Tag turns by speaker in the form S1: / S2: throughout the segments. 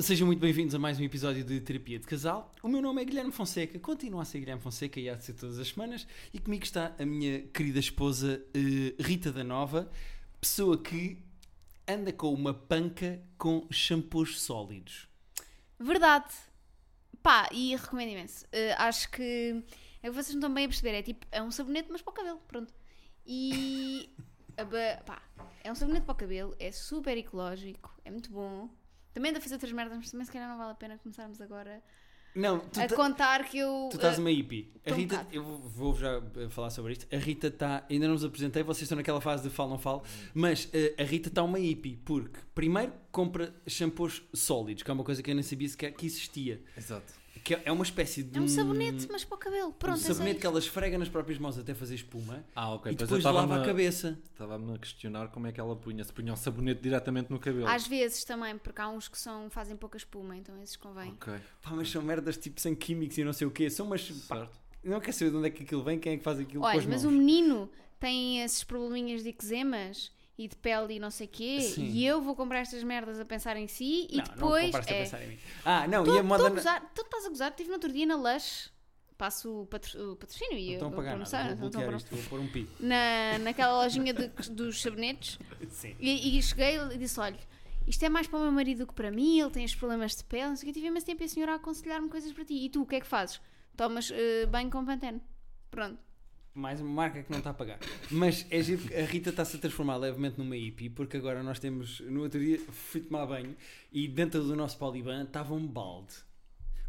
S1: Sejam muito bem-vindos a mais um episódio de Terapia de Casal. O meu nome é Guilherme Fonseca, continua a ser Guilherme Fonseca e há de ser todas as semanas. E comigo está a minha querida esposa eh, Rita da Nova, pessoa que anda com uma panca com shampoos sólidos.
S2: Verdade. Pá, e recomendo imenso. Eh, acho que é que vocês não estão bem a perceber. É tipo, é um sabonete, mas para o cabelo. Pronto. E. a ba- pá, é um sabonete para o cabelo. É super ecológico. É muito bom. Também anda a fazer outras merdas, mas também se calhar não vale a pena começarmos agora
S1: Não, tu,
S2: a
S1: ta-
S2: contar que eu.
S1: tu estás
S2: É eh,
S1: uma hippie. A
S2: tô um
S1: Rita,
S2: bocado.
S1: eu vou- vou já eh, falar sobre isto. A Rita está, ainda não vos apresentei, vocês estão naquela fase de falo, não falo, mas eh, a Rita está uma hippie porque, primeiro, compra shampoos sólidos, que é uma coisa que eu nem sabia sequer que existia.
S3: Exato.
S1: Que é uma espécie de.
S2: É um sabonete, mas para o cabelo. Pronto,
S1: um
S2: é só
S1: sabonete
S2: isto.
S1: que ela esfrega nas próprias mãos até fazer espuma
S3: Ah, ok.
S1: e
S3: Pois eu
S1: depois lava a
S3: estava-me a,
S1: cabeça.
S3: estava-me a questionar como é que ela punha. Se punha o sabonete diretamente no cabelo.
S2: Às vezes também, porque há uns que são, fazem pouca espuma, então esses convém.
S3: Ok,
S1: Pá, mas são merdas tipo sem químicos e não sei o quê. São umas. pá,
S3: certo.
S1: não quer saber de onde é que aquilo vem, quem é que faz aquilo com as
S2: Olha, mas
S1: mãos.
S2: o menino tem esses probleminhas de eczemas e de pele e não sei quê,
S1: Sim.
S2: e eu vou comprar estas merdas a pensar em si e
S1: não, não
S2: depois.
S1: compraste a
S2: é,
S1: pensar em mim. Ah, não,
S2: Tô-
S1: e a moda.
S2: tô a gozar, tu estás a gozar, estive no outro dia na Lush, passo o, patro- o patrocínio
S1: Não
S2: e
S1: estão
S2: eu
S1: a pagar nada.
S2: promoção,
S1: vou
S2: não estão a
S1: bloquear isto,
S2: pro-
S1: vou pôr um pi.
S2: na, naquela lojinha de- dos sabonetes
S1: Sim.
S2: e, e cheguei e disse: olha, isto é mais para o meu marido do que para mim, ele tem estes problemas de pele, não sei o que, tive imenso tempo e a senhora a aconselhar-me coisas para ti. E tu, o que é que fazes? Tomas eh, banho com pantene. Pronto.
S1: Mais uma marca que não está a pagar. Mas é giro que a Rita está-se a transformar levemente numa hippie, porque agora nós temos. No outro dia fui tomar banho e dentro do nosso poliban estava um balde.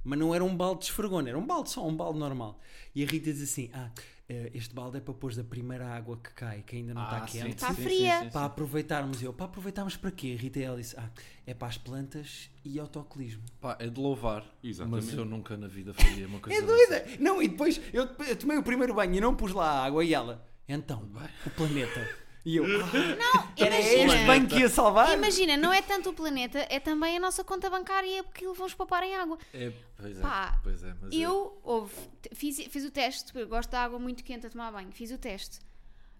S1: Mas não era um balde de esfregona, era um balde só, um balde normal. E a Rita diz assim: Ah, eh, este balde é para pôr da primeira água que cai, que ainda não está
S3: Ah, sim,
S1: quente.
S2: Tá
S3: sim,
S2: fria.
S3: sim, sim,
S1: Para
S3: sim.
S1: aproveitarmos, E eu, para aproveitarmos para quê? A Rita ela disse: Ah, é para as plantas e autocolismo.
S3: Pá, é de louvar.
S4: Exatamente.
S3: Mas eu nunca na vida faria uma coisa
S1: É doida! Não, e depois eu, eu tomei o primeiro banho e não pus lá a água e ela, então, o planeta. E eu, ah, era este
S2: imagina.
S1: banho que ia salvar?
S2: Imagina, não é tanto o planeta, é também a nossa conta bancária que vamos poupar em água.
S3: É, pois é.
S2: Pá,
S3: pois é, mas é.
S2: Eu houve, te- fiz, fiz o teste, porque eu gosto de água muito quente a tomar banho, fiz o teste.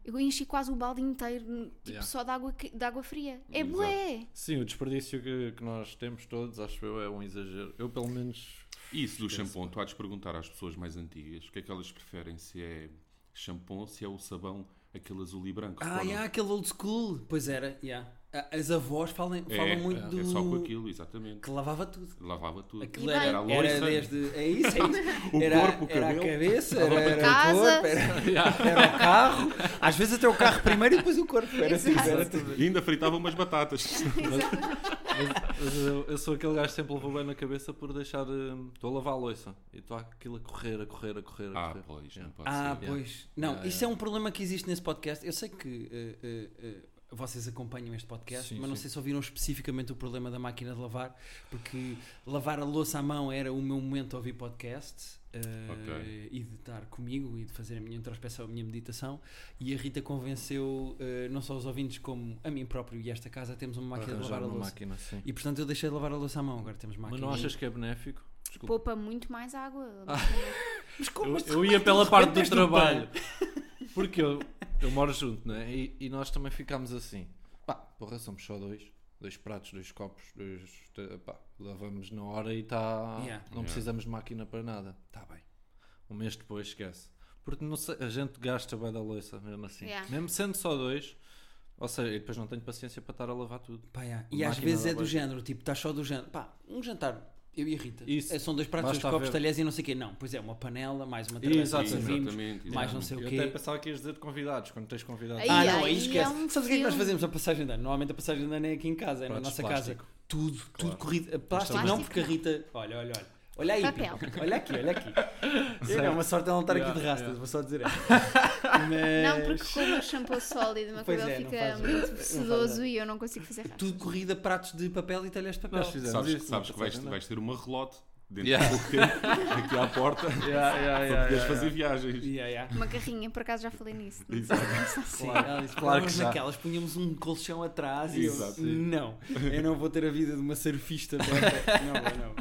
S2: Eu enchi quase o balde inteiro, tipo,
S3: Yeah.
S2: só de água, que- de água fria. É
S4: Exato.
S2: bué!
S3: Sim, o desperdício que, que nós temos todos, acho eu, é um exagero. Eu, pelo menos.
S4: E Isso do
S3: Esquece,
S4: shampoo,
S3: pá.
S4: tu há de perguntar às pessoas mais antigas o que é que elas preferem, se é shampoo, se é o sabão, aquele azul e branco.
S1: Ah,
S4: recordam?
S1: yeah, aquele old school. Pois era, yeah. Ah, As avós falam,
S4: É,
S1: falam muito
S4: é,
S1: do.
S4: é só com aquilo, exatamente.
S1: Que lavava tudo.
S4: Lavava tudo.
S1: Aquilo
S2: E
S1: era,
S2: bem.
S4: a loiça.
S1: era desde. É isso, é isso.
S4: O
S1: era,
S4: corpo, o
S1: era a
S4: cabelo.
S1: cabeça, era, era o
S2: Casa.
S1: corpo, era, era o carro. Às vezes até o carro primeiro e depois o corpo. Era assim,
S2: Exato.
S1: era tudo.
S4: E ainda fritava umas batatas.
S3: Mas, mas eu, eu sou aquele gajo que sempre levou bem na cabeça por deixar. hum, Estou a lavar a louça e estou aquilo a correr, a correr, a correr, a
S4: ah,
S3: correr.
S4: pois, não
S3: Yeah.
S4: pode
S1: Ah,
S4: ser.
S3: Yeah.
S1: pois. Não,
S3: Yeah,
S1: isso é um problema que existe nesse podcast. Eu sei que eh, eh, eh, vocês acompanham este podcast,
S3: Sim,
S1: mas não
S3: sim.
S1: sei se ouviram especificamente o problema da máquina de lavar, porque lavar a louça à mão era o meu momento de ouvir podcast. eh,
S4: Ok.
S1: E de estar comigo e de fazer a minha introspeção, a minha meditação, e a Rita convenceu eh, não só os ouvintes, como a mim próprio e esta casa, temos uma máquina de
S3: Arranjar
S1: lavar a
S3: uma
S1: louça.
S3: máquina, sim.
S1: E portanto eu deixei de lavar a louça à mão, agora temos máquina.
S3: Mas não achas que é benéfico? Desculpa.
S2: Poupa muito mais água.
S1: Ah. Mas como-
S3: Eu,
S1: mas de
S3: eu ia
S1: repente
S3: pela
S1: tu
S3: parte do
S1: arrependes-te pano?
S3: trabalho. Porque eu, eu moro junto, não é? E, e nós também ficámos assim. Pá, porra, somos só dois. Dois pratos, dois copos, dois. te- Pá, lavamos na hora e está.
S1: Yeah.
S3: Não
S4: Yeah.
S3: precisamos de máquina para nada. Está bem. Um mês depois esquece. Porque não sei, a gente gasta bem da louça, mesmo assim.
S2: Yeah.
S3: Mesmo sendo só dois. Ou seja, eu depois não tenho paciência para estar a lavar tudo.
S1: Pá, yeah. E às
S3: Máquina
S1: vezes
S3: da
S1: é do
S3: loja.
S1: género, tipo, estás só do género. Pá, um jantar, eu e a Rita.
S3: Isso.
S1: É, São dois pratos, dois
S3: Basta
S1: copos,
S3: ver.
S1: talheres e não sei o quê. Não, pois é, uma panela, mais uma travessa,
S3: Exatamente.
S1: uns vinhos,
S4: Exatamente,
S1: mais não
S4: exatamente.
S1: sei o
S3: eu
S1: quê.
S3: até pensava que ias dizer de convidados, quando tens convidados.
S2: Ai,
S1: Ah,
S2: Ih,
S1: não, aí
S2: aí
S1: esquece.
S2: é um
S1: Sabes o que é que nós
S2: filme.
S1: fazemos a passagem de ano? Normalmente a passagem de ano é aqui em casa, é na
S3: Pratos
S1: nossa
S3: de
S1: casa.
S3: plástico.
S1: Tudo, tudo
S3: Claro.
S1: corrido. A Plástico
S2: também.
S1: não, porque a Rita. Olha, olha, olha. Olha aí,
S2: Papel.
S1: Pipo. olha aqui, olha aqui. É uma sorte ela não estar aqui de
S3: Yeah,
S1: rastas,
S3: yeah.
S1: vou só dizer.
S2: Não,
S1: Mas...
S2: porque como o shampoo sólido, o meu
S1: Pois
S2: cabelo
S1: é, não
S2: fica
S1: faz- não
S2: muito
S1: faz
S2: sedoso
S1: nada.
S2: e eu não consigo fazer nada.
S1: Tudo corrido a pratos de papel e talheres de papel.
S3: Nós fizemos
S4: Sabes,
S3: isso,
S4: sabes
S3: não é?
S4: que vais,
S1: é?
S3: fazes
S4: vais ter uma relote dentro
S3: Yeah.
S4: de pouco tempo, aqui à porta,
S3: Yeah, yeah,
S4: para
S3: yeah,
S4: poderes
S3: yeah,
S4: fazer
S3: yeah.
S4: viagens.
S1: Yeah, yeah.
S2: Uma carrinha, por acaso já falei nisso. não é
S4: Exato.
S2: assim.
S1: Sim,
S3: Claro.
S1: ela disse,
S3: Claro que
S1: "Nós
S3: já."
S1: naquelas punhamos um colchão atrás e eu,
S4: Exato.
S1: não, eu não vou ter a vida de uma surfista. não, não, não.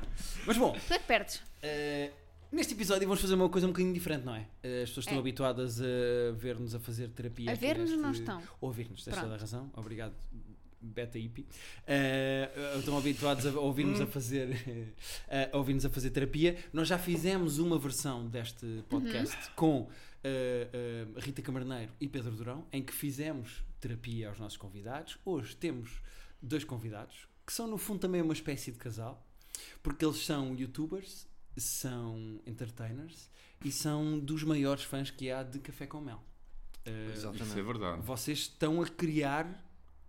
S1: Mas bom,
S2: Tu é que perdes.
S1: eh, neste episódio vamos fazer uma coisa um bocadinho diferente, não é? Eh, as pessoas estão
S2: É.
S1: habituadas a ver-nos a fazer terapia.
S2: A
S1: aqui
S2: ver-nos
S1: é neste-
S2: não estão.
S1: Ou a ver-nos, tens
S2: Pronto.
S1: toda a razão. Obrigado Beta hippie, eh, eh, estão habituados a ouvir-nos a fazer eh, a ouvir-nos a fazer terapia. Nós já fizemos uma versão deste podcast com eh, eh, Rita Camarneiro e Pedro Durão, em que fizemos terapia aos nossos convidados. Hoje temos dois convidados que são no fundo também uma espécie de casal, porque eles são youtubers, são entertainers e são dos maiores fãs que há de Café com Mel. Eh,
S4: Isso é verdade.
S1: vocês estão a criar,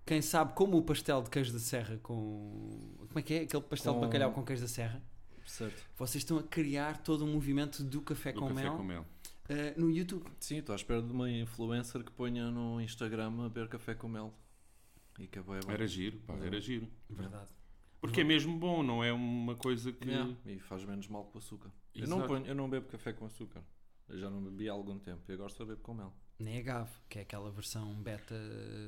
S1: quem sabe, como o pastel de queijo da serra com. Como é que é? Aquele pastel de
S3: Com-
S1: bacalhau com queijo da serra.
S3: Certo.
S1: Vocês estão a criar todo o movimento do café
S4: Do
S1: com
S4: café
S1: mel
S4: com mel.
S1: eh, no YouTube.
S3: Sim, estou à espera de uma influencer que ponha no Instagram a beber café com mel. E que é bué bom.
S4: Era giro, pá, era giro.
S1: Verdade.
S4: Porque é mesmo bom, não é uma coisa que.
S3: Yeah, E faz menos mal com açúcar. Eu não,
S4: Exato.
S3: ponho, eu não bebo café com açúcar. Eu já não bebi há algum tempo. E agora só bebo com mel.
S1: Nem a Gav, que é aquela versão beta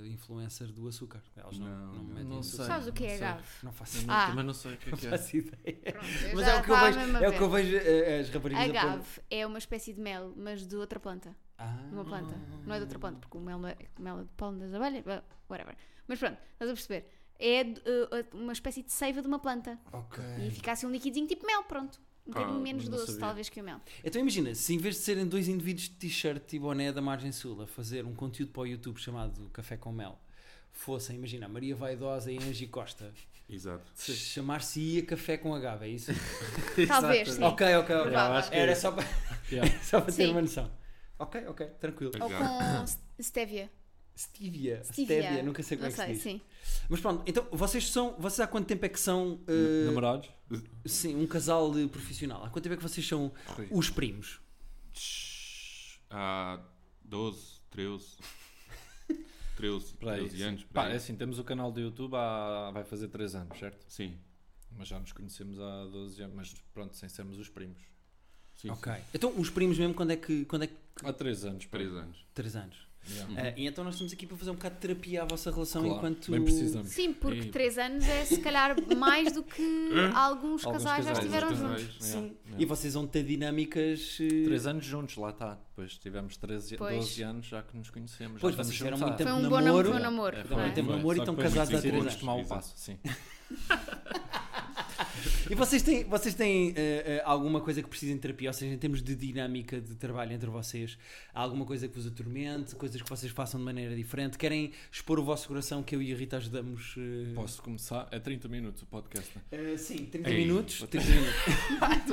S1: influencer do açúcar. Elas não, não,
S4: Não,
S1: metem
S3: não
S1: açúcar.
S3: sei.
S2: Sabes o que é
S3: não sei.
S2: Gav?
S1: Não faço,
S3: Eu não-
S2: Ah.
S3: Também não sei o que é que
S1: não
S3: é.
S1: faço ideia.
S2: Pronto, eu
S1: Mas
S2: já
S1: é o que eu
S2: estava
S1: vejo,
S2: mesmo a
S1: é o que eu
S2: ver.
S1: vejo eh, as raparigas
S2: A
S1: pôr-
S2: agave é uma espécie de mel, mas de outra planta.
S1: Ah,
S2: De uma planta. Não é de outra planta, porque o mel, não é- o mel é de pólen das abelhas, blah, whatever. Mas pronto, estás a perceber. É de, uh, uma espécie de seiva de uma planta.
S1: ok.
S2: E fica assim um liquidinho tipo mel, pronto. Um
S4: Pá,
S2: bocadinho menos
S3: Ah, não
S2: doce,
S3: sabia.
S2: talvez, que o mel.
S1: Então imagina, se em vez de serem dois indivíduos de t-shirt e boné da Margem Sul a fazer um conteúdo para o YouTube chamado Café com Mel, fossem, imagina, a Maria Vaidosa e a Angie Costa,
S4: Exato.
S1: chamar-se-ia Café com H, é isso?
S2: Talvez, sim.
S1: ok, ok, ok.
S2: Provável.
S3: acho que é
S1: Era só para,
S3: Yeah.
S1: só para ter
S2: assim. Sim.
S1: uma noção. Ok, ok, tranquilo.
S2: Ou
S4: Exato.
S2: com s- stevia.
S1: Stevia,
S2: Stevia.
S1: Stevia, nunca sei como
S2: Não
S1: é que se
S2: sei,
S1: diz.
S2: sim.
S1: Mas pronto, então vocês são, vocês há quanto tempo é que são eh,
S3: Namorados?
S1: sim, um casal eh, profissional? Há quanto tempo é que vocês são
S3: Sim.
S1: os primos?
S4: Há 12, 13. 13,
S3: Para aí,
S4: 13
S3: sim.
S4: anos.
S3: Pá,
S4: para aí.
S3: é assim, temos o canal do YouTube há... vai fazer 3 anos, certo?
S4: Sim,
S3: Mas já nos conhecemos há 12 anos, mas pronto, sem sermos os primos.
S4: sim.
S1: Ok.
S4: sim.
S1: Então os primos mesmo quando é que quando é que
S3: Há 3 anos. pá.
S4: 3 anos.
S1: três anos?
S3: Yeah.
S1: Ah, e então nós estamos aqui para fazer um bocado de terapia à vossa
S2: Então,
S1: relação
S3: Uhum. Claro,
S1: enquanto.
S3: Bem precisamos.
S2: Sim, porque
S4: E-
S2: 3 anos é se calhar mais do que alguns casais já
S3: casais,
S2: estiveram
S4: alguns
S2: juntos.
S4: casais.
S1: Sim.
S3: Yeah,
S1: E
S3: yeah.
S1: vocês vão ter dinâmicas. eh,
S3: Três anos juntos, lá está. Depois tivemos 13,
S2: Pois.
S3: 12 anos já que nos conhecemos.
S1: Pois,
S3: já estamos
S1: vocês tiveram
S3: juntos
S1: muito
S3: há-
S2: Foi
S1: Tempo
S2: um
S1: de
S2: bom
S1: namoro.
S2: namoro. Foi um namoro.
S3: É,
S1: Também
S2: não é?
S1: temos namoro e
S3: Só que
S1: estão
S3: foi muito
S1: casados há
S3: difícil
S1: três
S3: de
S1: anos. Uhum.
S3: tomar o
S4: Exato.
S3: passo, sim.
S1: E vocês têm, vocês têm eh, eh, alguma coisa que precisem de terapia? Ou seja, em termos de dinâmica de trabalho entre vocês, há alguma coisa que vos atormente? Coisas que vocês façam de maneira diferente? Querem expor o vosso coração que eu e a Rita ajudamos? eh,
S3: Posso começar? É 30 minutos o podcast, né?
S1: eh, sim, 30
S4: Ei,
S1: minutos.
S3: vou
S1: 30 minutos.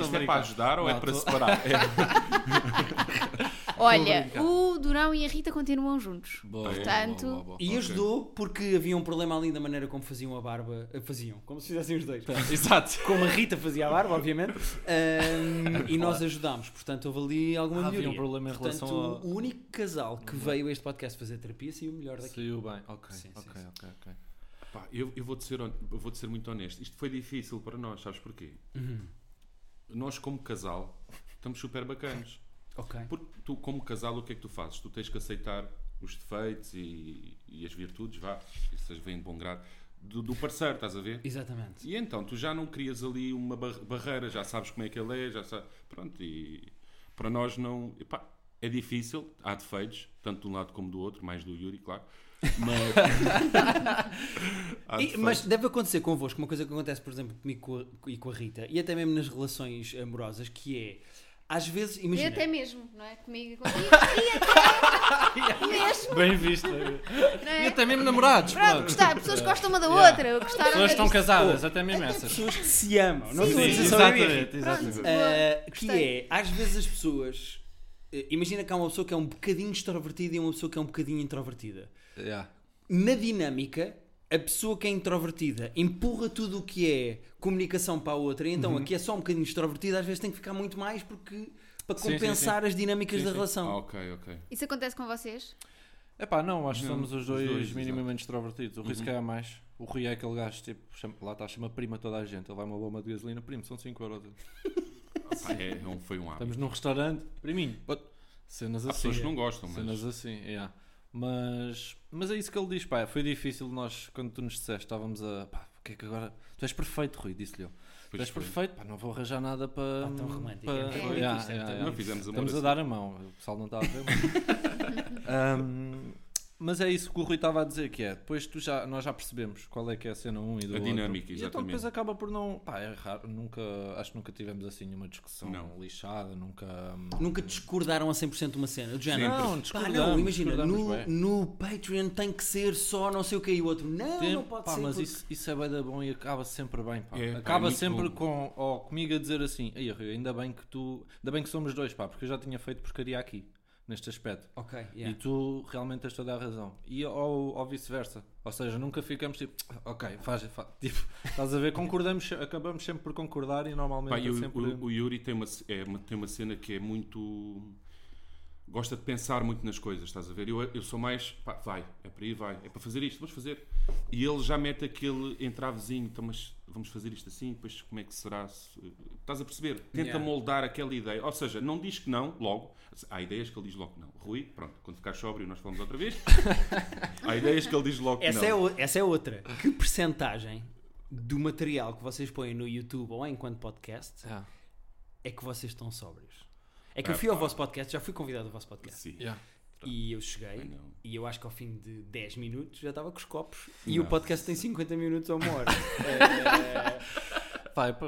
S4: Isto é para ajudar ou
S3: Não,
S4: é para
S3: tô-
S4: separar? É.
S2: Olha,
S3: Obrigado.
S2: o Durão e a Rita continuam juntos.
S3: Boa, boa,
S2: Portanto-
S3: boa, boa, boa.
S1: E
S4: Ok.
S1: ajudou porque havia um problema ali da maneira como faziam a barba. eh, Faziam, como se fizessem os dois.
S3: Tá, Exato.
S1: Como a Rita fazia a barba, obviamente. Ahm, e nós ajudámos, portanto, houve ali alguma
S3: Ah, havia
S1: melhoria.
S3: um problema em
S1: portanto,
S3: relação ao- Uhum.
S1: o único casal que veio a este podcast fazer terapia saiu melhor daqui.
S3: Saiu bem. Ok,
S1: Sim, sim,
S3: ok,
S1: sim.
S3: ok, ok.
S4: Pá, eu, eu vou-te ser, hon- eu vou-te ser muito honesto. Isto foi difícil para nós, sabes porquê?
S3: Uhum.
S4: Nós, como casal, estamos super bacanas.
S1: Ok.
S4: Porque tu, como casal, o que é que tu fazes? Tu tens que aceitar os defeitos e, e as virtudes, vá, isso vem de bom grado, do, do parceiro, estás a ver?
S1: Exatamente.
S4: E então, tu já não crias ali uma bar- barreira, já sabes como é que ele é, já sabes. Pronto, e para nós não. epá, é difícil, há defeitos, tanto de um lado como do outro, mais do Yuri, claro. Mas. Há
S1: E- mas
S4: defeitos.
S1: deve acontecer convosco uma coisa que acontece, por exemplo, comigo com a- e com a Rita, e até mesmo nas relações amorosas, que é. Às vezes,
S2: E
S1: imagina.
S2: até mesmo, não é? Comigo e contigo. E até mesmo,
S3: Bem visto.
S2: não
S3: E
S2: é?
S3: até mesmo namorados.
S2: Pronto,
S3: pronto.
S2: gostar. Pessoas que gostam uma da
S3: Yeah.
S2: outra. Gostaram
S3: Pessoas estão
S2: disto.
S3: casadas, até mesmo essas.
S1: Pessoas que se amam, não estou a dizer só eu e a Rita.
S3: Exatamente, exatamente.
S2: Pronto.
S1: Uh, que
S2: Gostei.
S1: é, às vezes as pessoas. eh, Imagina que há uma pessoa que é um bocadinho extrovertida e uma pessoa que é um bocadinho introvertida.
S3: Yeah.
S1: Na dinâmica, a pessoa que é introvertida empurra tudo o que é comunicação para a outra, e então
S3: Uhum.
S1: a que é só um bocadinho extrovertida às vezes tem que ficar muito mais porque para
S3: Sim, sim,
S1: compensar as dinâmicas
S3: Sim,
S1: da
S3: sim.
S1: relação.
S4: Ah, ok, ok.
S2: Isso acontece com vocês?
S3: Epá, não, acho que
S4: Não,
S3: somos os
S4: os
S3: dois, Uhum.
S4: dois,
S3: minimamente extrovertidos. O Rui se calhar mais. O Rui é aquele gajo, tipo, chama- lá está, chama prima toda a gente. Ele vai uma bomba de gasolina, primo, são 5 euros.
S4: Pá, é- é um- foi um hábito.
S3: Estamos num restaurante, priminho. pô, Cenas
S4: Há
S3: assim.
S4: pessoas que
S3: é.
S4: não gostam, mas.
S3: Cenas assim, yeah. mas, mas é isso que ele diz, pá. Foi difícil nós, quando tu nos disseste, estávamos a. Pá, o que é que agora. Tu és perfeito, Rui, disse-lhe eu. Tu
S4: Pois
S3: és
S4: foi.
S3: perfeito, pá, não vou arranjar nada para.
S1: Ah, tão romântico,
S3: para-
S1: é
S2: muito
S3: Yeah,
S1: romântico,
S3: yeah,
S1: isto é
S3: yeah.
S4: Não fizemos amor
S3: Estamos a
S4: assim.
S3: dar a mão, o pessoal não está a ver. mas- Ahm, Mas é isso que o Rui estava a dizer, que é, depois tu já, nós já percebemos qual é que é a cena 1 e do
S4: A
S3: outro.
S4: dinâmica,
S3: E então
S4: exatamente.
S3: depois acaba por não... Pá, é raro, nunca, acho que nunca tivemos assim nenhuma discussão
S4: Não.
S3: lixada, nunca... hum,
S1: Nunca discordaram a 100% de uma cena. Do género.
S4: Sempre.
S3: Não,
S1: Pá,
S3: discordamos,
S1: não, imagina,
S3: discordamos,
S1: no,
S3: bué.
S1: no Patreon tem que ser só não sei o que e o outro. Não,
S3: Tem-
S1: não pode
S3: pá,
S1: ser.
S3: mas
S1: porque-
S3: isso, isso é bem da bom e acaba sempre bem, pá.
S4: É, pá,
S3: acaba
S4: é muito
S3: sempre
S4: bom.
S3: com ó, comigo a dizer assim, Ei, Rui, ainda bem que tu, ainda bem que somos dois, pá, porque eu já tinha feito porcaria aqui, neste aspecto.
S1: Ok,
S3: E
S1: yeah.
S3: tu realmente tens toda a razão. E ou, ou vice-versa. Ou seja, nunca ficamos tipo, ok, faz, faz tipo, estás a ver, concordamos, se- acabamos sempre por concordar e normalmente
S4: Pá,
S3: é
S4: e o,
S3: sempre.
S4: o- o Yuri tem uma, ce- é uma- tem uma cena que é muito. Gosta de pensar muito nas coisas, estás a ver? Eu, eu sou mais. Pá, vai, é para aí, vai, é para fazer isto, vamos fazer. E ele já mete aquele entravezinho, então, mas vamos fazer isto assim, depois como é que será? se- Estás a perceber? Tenta
S1: Yeah.
S4: moldar aquela ideia. Ou seja, não diz que não, logo. Há ideias que ele diz logo não. Rui, pronto, quando ficar sóbrio, nós falamos outra vez. Há ideias que ele diz logo
S1: Essa
S4: não.
S1: é, o- essa é outra. Que percentagem do material que vocês põem no YouTube ou enquanto podcast
S3: Ah,
S1: é que vocês estão sóbrios? É que eu
S4: Ah,
S1: fui ao vosso podcast, já fui convidado ao vosso podcast.
S4: Sim.
S3: yeah.
S1: E eu
S4: Ai,
S1: cheguei
S4: não.
S1: e eu acho que ao fim de 10 minutos já estava com os copos. E
S4: Não.
S1: o podcast tem 50 minutos ou uma hora.
S3: Pá, é pá,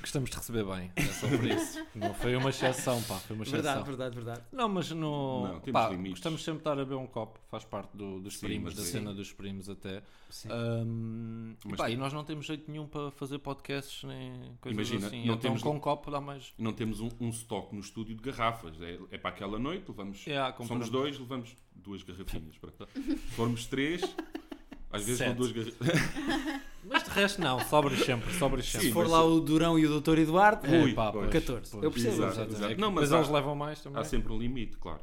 S3: gostamos de receber bem. É só por isso. Não foi uma exceção, pá, foi uma exceção.
S1: verdade, verdade, verdade.
S3: Não, mas no.
S4: Não, temos
S3: pá,
S4: limites.
S3: gostamos sempre de estar a beber um copo, faz parte do- dos
S4: Sim,
S3: primos, da
S4: mas sim.
S3: cena dos primos até.
S1: Sim.
S3: Ahm,
S4: Mas
S3: pá,
S4: tem-
S3: e nós não temos jeito nenhum para fazer podcasts nem coisas
S4: Imagina,
S3: assim.
S4: não
S3: então
S4: temos-
S3: com um copo dá mais.
S4: Não temos um, um estoque no estúdio de garrafas. É, é para aquela noite, levamos.
S3: É, ah, compramos.
S4: Somos dois, levamos duas garrafinhas. pronto. Se formos três, às vezes
S3: Sete.
S4: são duas garrafinhas.
S3: Mas de resto não, sobres sempre, sobres sempre.
S1: Se
S4: Sim,
S1: for
S4: mas-
S1: lá o Durão e o Doutor Eduardo,
S4: Ui,
S3: pá,
S4: pois,
S1: 14. Eu percebo.
S4: Exato,
S3: exatamente.
S4: exato.
S3: É que
S4: Não, mas
S3: depois
S4: há-
S3: eles levam mais também.
S4: Há sempre um limite, claro.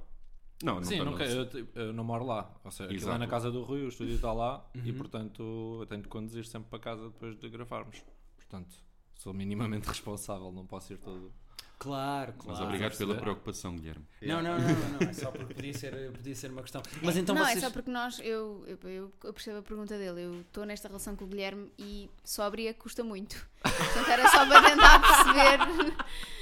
S4: Não, não
S3: Sim,
S4: tá-
S3: nunca,
S4: não-
S3: eu, tipo, eu não moro lá. Ou seja, aquilo é
S4: Exato.
S3: na casa do Rui, o estúdio está lá e portanto eu tenho de conduzir sempre para casa depois de gravarmos. Portanto, sou minimamente responsável, não posso ir todo.
S1: é, Claro, claro.
S4: Mas obrigado pela
S3: perceber.
S4: preocupação, Guilherme.
S1: Não, não, não, não, não, é só porque podia ser, podia ser uma questão. Mas então
S2: não,
S1: vocês.
S2: é só porque nós, eu, eu, eu- eu percebo a pergunta dele. Eu estou nesta relação com o Guilherme e sóbria custa muito. Portanto, era só para tentar perceber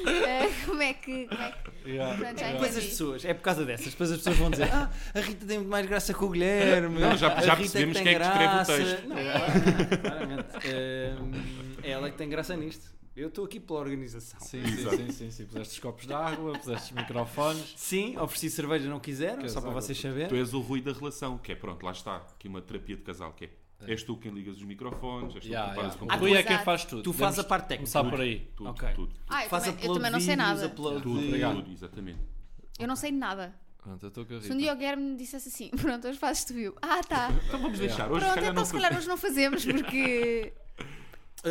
S2: eh, como é que. Como é que portanto, já
S1: Depois as
S2: entendi.
S1: pessoas, é por causa dessas, depois as pessoas vão dizer Ah, a Rita tem muito mais graça que o Guilherme.
S4: Não, já-
S1: a
S4: já
S1: Rita
S4: percebemos
S1: tem
S4: quem é que escreve o
S1: graça."
S4: texto.
S1: Não, claramente, É, claramente. Hum, É ela que tem graça nisto. Eu estou aqui pela organização.
S3: Sim, sim, sim, sim, sim. Puseste os copos de água, puseste os microfones.
S1: Sim, ofereci cerveja, não quiseram,
S3: Queres
S1: só para
S3: água,
S1: vocês
S3: puto?
S4: Tu
S1: saberem.
S4: és o Rui da relação, que é pronto, lá está. Aqui uma terapia de casal, que é. És tu quem ligas os microfones, és tu
S3: Yeah,
S4: quem
S3: yeah.
S4: paras o
S3: O
S4: computador.
S3: Rui é
S2: Exato.
S3: quem faz tudo.
S1: Tu fazes a
S3: Podemos
S1: parte técnica.
S3: Começar por aí.
S4: Tudo,
S1: Ok.
S4: tudo,
S2: Ah, eu
S1: Faz
S2: também, eu também não
S1: upload
S2: sei
S1: de
S2: nada.
S1: vídeos, upload
S4: tudo,
S1: de-
S3: Obrigado.
S4: tudo, exatamente.
S2: Eu não sei de nada.
S3: Pronto, eu estou com a
S2: Se um
S3: Rita.
S2: dia o Guilherme me dissesse assim, pronto, hoje fazes tu viu. Ah, tá.
S4: Então vamos
S3: Yeah.
S4: deixar. Hoje, se
S2: Pronto,
S4: calhar,
S2: então
S4: não
S2: se calhar hoje não fazemos porque.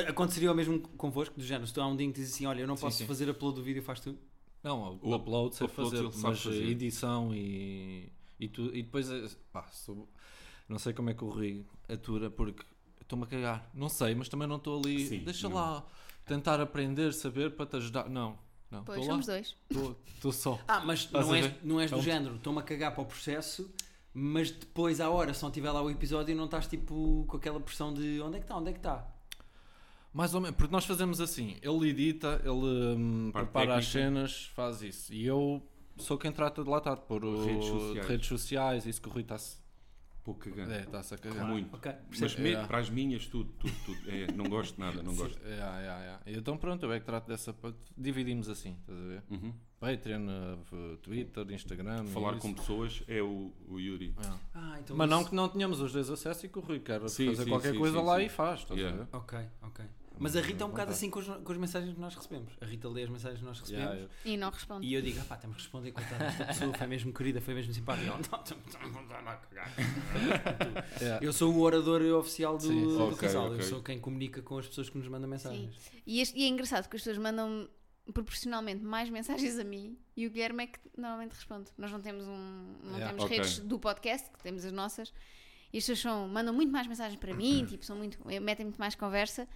S1: Aconteceria o mesmo convosco, do género, se tu há um dia que dizes assim, olha, eu não
S3: Sim,
S1: posso
S3: sim.
S1: fazer upload do vídeo, faz tu.
S3: Não, o
S4: O-
S3: upload sei
S4: upload
S3: fazer,
S4: ele sabe
S3: mas
S4: fazer.
S3: edição e, e, tu, e depois, eh, pá, sou- não sei como é que o Rui atura, porque eu estou-me a cagar, não sei, mas também não estou ali,
S4: Sim,
S3: deixa
S4: não.
S3: lá, tentar aprender, saber, para te ajudar, não, não,
S2: Pois,
S3: estou lá,
S2: somos dois.
S3: estou- estou só.
S1: Ah, mas
S3: Estás
S1: não
S3: a
S1: és,
S3: ver?
S1: não és do
S3: Então-
S1: género, estou-me a cagar para o processo, mas depois à hora, se não tiver lá o episódio, não estás tipo com aquela pressão de onde é que está, onde é que está.
S3: Mais ou menos, porque nós fazemos assim, ele edita, ele hum,
S4: Parte
S3: prepara as
S4: técnica.
S3: cenas, faz isso, e eu sou quem trata de lá estar, de pôr o-
S4: Redes sociais.
S3: redes sociais, isso que o Rui está-se
S4: Pouco cagando.
S3: é, tá-se a cagar.
S4: Muito.
S1: Ok,
S4: Mas
S1: percebes?
S4: me-
S3: Yeah.
S4: para as minhas, tudo, tudo, tudo. É, não gosto de nada, não gosto.
S3: É, é, é. Então pronto, eu é que trato dessa parte. Dividimos assim, estás a ver?
S4: Uhum.
S3: Patreon, eh, Twitter, Instagram. e
S4: Falar
S3: isso.
S4: com pessoas é o, o Yuri.
S1: Ah, então
S3: Mas não
S1: isso-
S3: que não tenhamos os dois acesso e que o Rui quer
S4: Sim,
S3: fazer
S4: sim,
S3: qualquer
S4: sim,
S3: coisa
S4: sim,
S3: lá
S4: sim.
S3: e faz, estás a
S4: Yeah.
S3: ver?
S1: Ok, ok. Mas a Rita é um bocado assim com, os- com as mensagens que nós recebemos. A Rita lê as mensagens que nós recebemos
S3: Yeah, yeah.
S2: E não respondo.
S1: e eu digo, ah pá, temos que responder, coitada, esta pessoa foi mesmo querida, foi mesmo simpática. Ela, Não, estamos a cagar.
S3: Yeah.
S1: Eu sou o orador oficial do,
S3: Sim, sim.
S1: do
S4: Ok,
S1: casal, eu
S4: ok.
S1: sou quem comunica com as pessoas que nos mandam mensagens.
S2: E, este- e é engraçado que as pessoas mandam proporcionalmente mais mensagens a mim e o Guilherme é que normalmente responde. Nós não temos um, não
S3: Yeah,
S2: temos
S4: ok.
S2: redes do podcast, que temos as nossas, e as pessoas são, mandam muito mais mensagens para mim, tipo, são muito, metem muito mais conversa.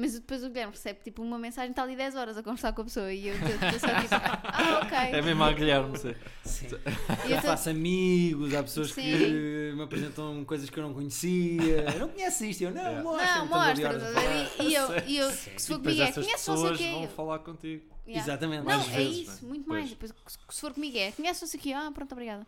S2: Mas depois o Guilherme recebe tipo uma mensagem tal de 10 horas a conversar com a pessoa e eu estou só tipo, ah,
S3: É
S2: ok.
S3: mesmo a Guilherme, sei.
S1: Sim.
S2: E eu
S1: Eu
S2: tô-
S1: faço amigos, há pessoas que
S2: Sim.
S1: me apresentam coisas que eu não conhecia. Eu não conheço isto, eu não, é
S3: Yeah.
S1: mostra.
S2: não, mostra, é- estás a ver? E- e eu, e eu
S1: Sim.
S2: se
S3: E
S2: for
S3: depois
S2: comigo é,
S3: essas
S2: conheces não sei o
S3: pessoas
S2: quê.
S3: vão
S2: Eu-
S3: falar contigo.
S2: Yeah.
S1: Exatamente.
S2: Não,
S3: Mais
S2: é
S3: vezes,
S2: isso,
S3: né?
S2: muito mais. Depois, se for comigo é, conheces não sei o quê, ah, pronto, obrigada.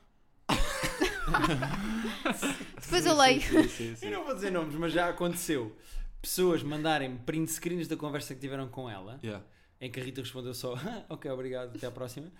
S2: Depois eu leio.
S3: Sim, sim,
S1: Eu
S3: sim.
S1: não vou dizer nomes, mas já aconteceu. Pessoas mandarem print screens da conversa que tiveram com ela,
S3: Yeah.
S1: em que a Rita respondeu só, "Ah, ok, obrigado, até à próxima.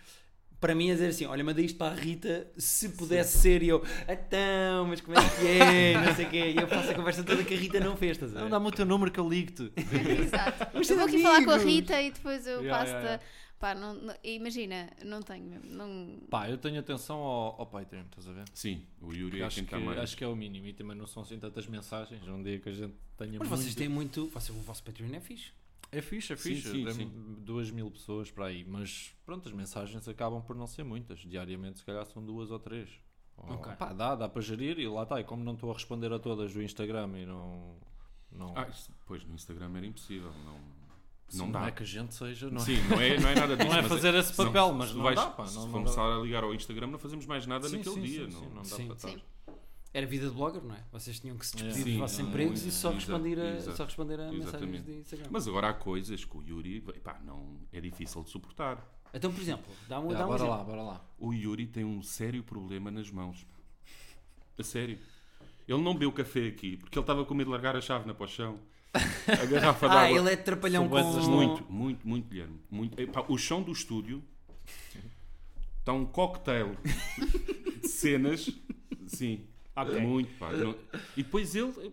S1: Para mim é dizer assim, olha, mandei isto para a Rita, se pudesse ser, e eu, então, mas como é que é, não sei o quê, e eu faço a conversa toda que a Rita não fez,
S4: É.
S1: estás a ver?
S3: Não, dá-me o teu número que eu ligo-te.
S2: Exato.
S1: Mas
S2: eu vou aqui
S1: amigos.
S2: falar com a Rita e depois eu
S3: Yeah,
S2: passo-te.
S3: yeah,
S2: a- Pá, não, não- imagina, não tenho mesmo. Não...
S3: Pá, eu tenho atenção ao, ao Patreon, estás a ver?
S4: Sim, o Yuri é
S3: Acho
S4: quem
S3: que,
S4: está mais.
S3: acho que é o mínimo e também não são assim tantas mensagens. Um dia que a gente tenha
S1: Mas
S3: muito...
S1: vocês têm muito, vocês, o vosso Patreon é fixe.
S3: É fixe, é
S4: Sim,
S3: fixe.
S4: sim,
S3: tem
S4: sim.
S3: Duas mil pessoas para aí, mas pronto, as mensagens acabam por não ser muitas. Diariamente, se calhar, são duas ou três. Ou-
S1: Ok.
S3: pá, dá, dá para gerir e lá está. E como não estou a responder a todas do Instagram e não. Não,
S4: Ah, isso- pois no Instagram era impossível. Não,
S3: Sim,
S4: não dá.
S3: é que a gente seja, não é?
S4: Sim, não é, não é nada disso.
S3: Não é
S4: mas
S3: fazer esse
S4: se
S3: papel, mas
S4: se
S3: não
S4: vais,
S3: dá, pá,
S4: Se
S3: não- não
S4: começar
S3: dá.
S4: a ligar ao Instagram, não fazemos mais nada
S3: Sim,
S4: naquele
S3: sim,
S4: dia.
S3: sim, sim,
S4: não,
S3: não dá
S1: Sim.
S3: para estar.
S2: Sim.
S1: Era vida de blogger, não é? Vocês tinham que se despedir
S4: Sim,
S1: dos vossos
S4: não,
S1: empregos
S4: não,
S1: e só
S4: exato,
S1: responder a,
S4: exato.
S1: só responder a mensagens
S4: Exatamente.
S1: de Instagram.
S4: Mas agora há coisas que o Yuri epá, não, é difícil de suportar.
S1: Então, por exemplo, dá-me
S4: Ah,
S3: Já,
S1: dá um
S3: bora
S1: exemplo.
S3: lá, bora lá.
S4: O Yuri tem um sério problema nas mãos. A sério. Ele não bebeu café aqui porque ele estava com medo de largar a chave na pochão. A garrafa d'água.
S1: Ah, ele é trapalhão com...
S3: Soubesses
S4: Muito, muito, muito, Guilherme. Muito. Epá, o chão do estúdio está um cocktail de cenas. Sim.
S1: Ok.
S4: Muito, pá. Não- E depois ele.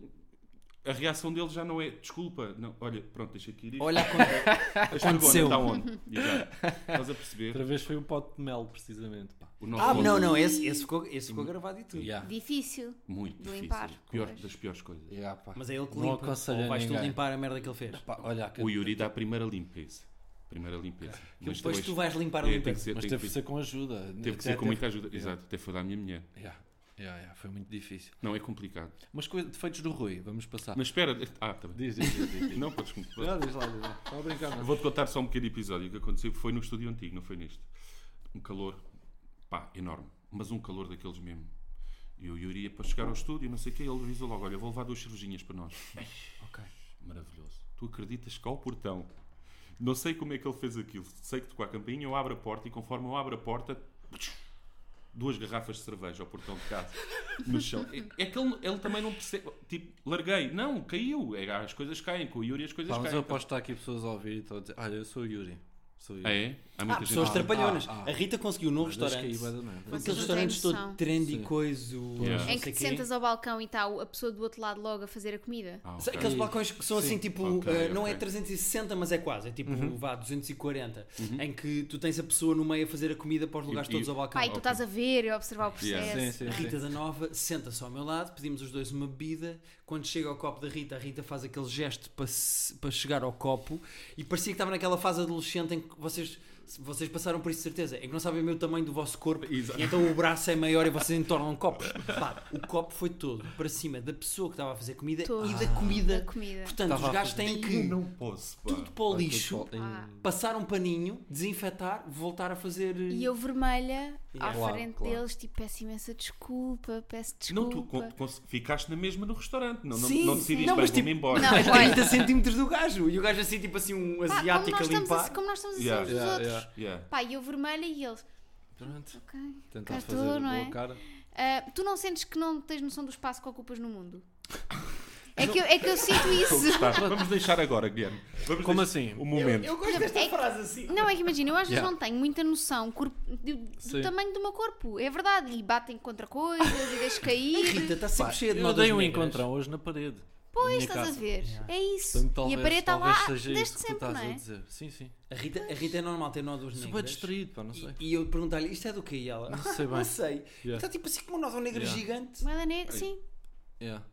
S4: A reação dele já não é desculpa. Não, olha, pronto, deixa aqui ir. isto.
S1: Olha, a
S4: a estragona
S1: aconteceu.
S4: está onde? Exato. Estás a
S3: Outra
S4: perceber?
S3: vez foi o pote de mel, precisamente. Pá.
S4: O nosso
S1: Ah,
S4: áudio-
S1: não, não, esse, esse, ficou, esse ficou gravado e tudo.
S3: Já.
S2: Difícil.
S4: Muito difícil.
S2: Limpar,
S4: Pior,
S2: pois.
S4: das piores coisas.
S3: Já, pá.
S1: Mas é ele que
S3: Não
S1: limpa.
S3: aconselho
S1: Ou
S3: a
S1: vais tu
S3: ninguém.
S1: limpar a merda que ele fez.
S3: Pá, olha, que-
S4: O Yuri tá- dá a primeira limpeza. Primeira limpeza. Mas
S1: Depois tu
S4: depois-
S1: vais limpar a
S4: É, tem que
S1: limpeza.
S4: ser,
S3: mas
S4: tem
S3: teve
S4: que
S3: que
S4: ser,
S3: ser com ajuda.
S4: teve que
S3: Até
S4: ser com
S3: teve-
S4: muita ajuda. Exato, até foi da minha mulher.
S3: Já, já, já, foi muito difícil.
S4: Não, é complicado.
S3: Mas coisa, defeitos do Rui, vamos passar.
S4: Mas espera. Ah, tá bem.
S3: Diz, diz, diz. diz.
S4: Não, podes continuar.
S2: Ah,
S3: Não, diz lá, diz lá. Estava a brincar, não.
S4: Vou-te contar só um pequeno episódio que aconteceu. Foi no estúdio antigo, não foi neste. Um calor, pá, enorme. Mas um calor daqueles mesmo. E o Yuri ia para chegar ao estúdio, não sei o quê, ele avisou logo, olha, vou levar duas cervejinhas para nós.
S1: Ok.
S4: Maravilhoso. Tu acreditas que ao portão, não sei como é que ele fez aquilo, sei que tocou a campainha, eu abro a porta e conforme eu abro a porta, duas garrafas de cerveja ao portão de casa, no chão. É, é que ele, ele também não percebe, tipo, larguei, não, caiu, É, as coisas caem, com o Yuri as coisas
S3: Pá, mas eu
S4: caem.
S3: aposto que está aqui pessoas a ouvir e estão a dizer: Olha, eu sou o Yuri. Sou o Yuri.
S4: Ah, é? Há
S1: Ah,
S4: muita gente.
S1: pessoas trapalhonas.
S3: ah, ah.
S1: A Rita conseguiu num
S3: Mas acho que
S1: restaurante.
S3: aí vai dar merda.
S1: com
S2: Vocês não
S1: Aqueles
S2: têm
S1: restaurantes
S2: noção.
S1: todo trendy
S3: Sim.
S1: coisa.
S4: Yeah.
S1: não
S2: Em
S1: sei
S2: que te
S1: quê.
S2: sentas ao balcão e está a pessoa do outro lado logo a fazer a comida.
S4: Ah, ok.
S1: Sabe Aqueles balcões que são
S3: Sim. Uhum.
S1: assim, tipo,
S4: Ok,
S1: eh, não é
S4: ok.
S1: 360, mas é quase, é tipo, vá, 240, em que tu tens a pessoa no meio a fazer a comida para os lugares
S4: E-
S1: todos
S4: e-
S1: ao balcão.
S2: Pá, e tu
S4: ok.
S2: estás a ver e a observar o processo.
S3: Sim,
S4: Yeah.
S3: sim,
S1: A Rita
S3: sim.
S1: da Nova senta-se ao meu lado, pedimos os dois uma bebida. Quando chega ao copo da Rita, a Rita faz aquele gesto para, se- para chegar ao copo e parecia que estava naquela fase adolescente em que vocês, vocês passaram por isso, de certeza. Em que não sabem bem o tamanho do vosso corpo
S4: Exato.
S1: e então o braço é maior e vocês entornam copos. Pá, o copo foi todo para cima da pessoa que estava a fazer comida
S2: Todo. Ah,
S1: e da comida.
S2: Da comida.
S1: Portanto,
S3: Estava
S1: os gajos
S3: a fazer-
S1: têm que
S4: não posso, pá.
S1: tudo para o
S3: Vai tudo
S1: lixo,
S3: para o-
S2: Ah.
S1: passar um paninho, desinfetar, voltar a fazer.
S2: E eu vermelha à
S3: Claro,
S2: frente
S3: claro.
S2: deles, tipo, peço imensa desculpa, peço
S4: Não,
S2: desculpa.
S4: tu con- cons- ficaste na mesma no restaurante, não, não,
S1: Sim,
S4: não
S1: sim.
S4: decidiste,
S1: Não,
S4: bem,
S1: mas
S4: vou-me
S1: tipo-
S4: embora.
S2: Não,
S1: a
S2: olha.
S1: 30 centímetros do gajo. E o gajo assim, tipo assim, um
S2: Pá, como,
S1: asiático
S2: nós
S1: a
S2: estamos assim a,
S1: limpar.
S2: como nós estamos a ser
S4: Yeah.
S2: uns dos
S3: Yeah,
S2: outros.
S3: yeah.
S4: Yeah.
S2: Pá, e é eu vermelha e eles,
S3: Pronto,
S2: ok.
S3: tentar
S2: Cá
S3: fazer
S2: estou,
S3: a
S2: não
S3: boa
S2: é?
S3: cara.
S2: Ah, tu não sentes que não tens noção do espaço que ocupas no mundo? É que eu, é que eu sinto isso.
S4: Tá, vamos deixar agora, Guilherme. Vamos
S3: Como
S4: deixar-
S3: assim?
S4: O momento.
S1: Eu gosto desta
S2: É que-
S1: frase assim.
S2: Não, é que imagina, eu às vezes
S3: Yeah.
S2: não tenho muita noção corpo- do, do
S3: Sim.
S2: tamanho do meu corpo. É verdade. E batem contra coisas e deixo cair.
S1: Rita está sempre cheia de
S3: Eu
S1: notas
S3: dei um
S1: negras.
S3: encontrão hoje na parede.
S2: Pois,
S3: na minha
S2: estás a
S3: casa.
S2: ver.
S1: Yeah.
S2: É isso.
S3: Portanto, Então, talvez,
S2: e a parede está lá
S3: talvez seja isso
S2: desde
S3: que
S2: sempre,
S3: tu
S2: não
S3: estás a
S2: é?
S3: dizer. Sim, sim.
S1: A Rita, a Rita é normal ter nódulos
S3: Sou bem
S1: negras.
S3: distraído, pá, não sei.
S1: E, e eu perguntar-lhe, isto é do quê? E ela,
S3: Não sei bem.
S1: não sei.
S3: Yeah.
S1: Está tipo assim como um nódulo negro
S3: Yeah.
S1: gigante.
S2: Moeda negra, sim.
S3: Yeah.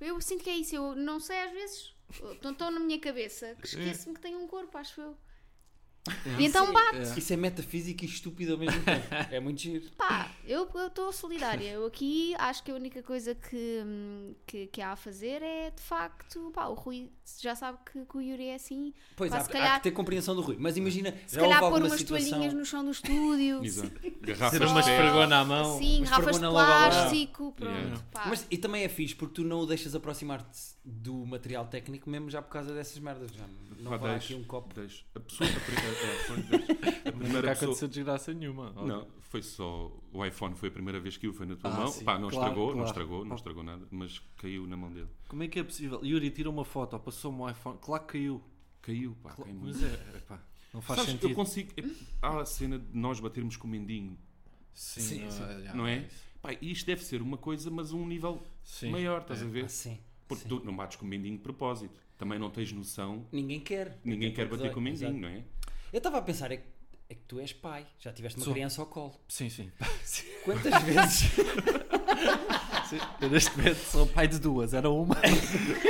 S2: Eu sinto que é isso. Eu não sei às vezes. Estão tão na minha cabeça que esqueço-me que tenho um corpo, acho eu. E então bate.
S3: Yeah.
S1: Isso é metafísica e estúpido ao mesmo tempo. é muito giro.
S2: Pá, eu eu estou solidária. Eu aqui acho que a única coisa que, hum, que, que há a fazer é, de facto, pá, o Rui já sabe que, que o Yuri é assim.
S1: Pois,
S2: Pá,
S1: há,
S2: se calhar,
S1: há que ter compreensão do Rui.
S3: É.
S1: Mas imagina,
S2: se
S1: já houve
S2: calhar pôr
S1: alguma
S2: umas
S1: situação...
S2: toalhinhas no chão do estúdio.
S4: Exato. Garrafas
S3: Ser
S4: de
S3: Ah, uma
S4: pé.
S3: esfregona à mão.
S2: Sim,
S1: Mas
S2: garrafas de
S1: carbono lava lá.
S2: plástico, pronto.
S4: Yeah.
S2: Pá.
S1: Mas, e também é fixe porque tu não o deixas aproximar-te do material técnico mesmo já por causa dessas merdas. Já não
S4: Pá,
S1: vai
S4: deixa,
S1: aqui um copo.
S4: deixa. A pessoa, a pri- pelo amor de Deus. A primeira
S3: Nunca
S4: pessoa-
S3: aconteceu desgraça nenhuma.
S4: Não, foi só. O iPhone foi a primeira vez que o foi na tua
S3: Ah,
S4: mão.
S3: sim,
S4: Pá, não
S3: claro,
S4: estragou, não
S3: claro.
S4: estragou, não estragou nada, mas caiu na mão dele.
S3: Como é que é possível? Yuri tira uma foto, passou-me o iPhone, claro que caiu.
S4: Caiu, pá,
S3: Cla-
S4: caiu muito.
S3: Mas é, epá, não faz
S4: Sabes,
S3: sentido.
S4: eu consigo. é- Há a cena de nós batermos com o mendinho.
S3: Sim,
S1: Sim,
S3: não,
S1: sim.
S3: é, já,
S4: Não é?
S3: isso.
S4: Pá, isto deve ser uma coisa, mas um nível
S3: Sim.
S4: maior, estás a ver?
S1: Assim.
S4: Porque tu não bates com o mendinho de propósito. Também não tens noção.
S1: Ninguém quer.
S4: Ninguém quer
S1: tem
S4: bater com o
S1: dezoito,
S4: mendinho, não é?
S1: exato. Eu estava a pensar, é que, é que tu és pai, já tiveste uma
S3: Sou.
S1: criança ao colo.
S3: Sim, sim.
S1: Quantas vezes?
S3: Eu neste momento sou pai de duas, era uma.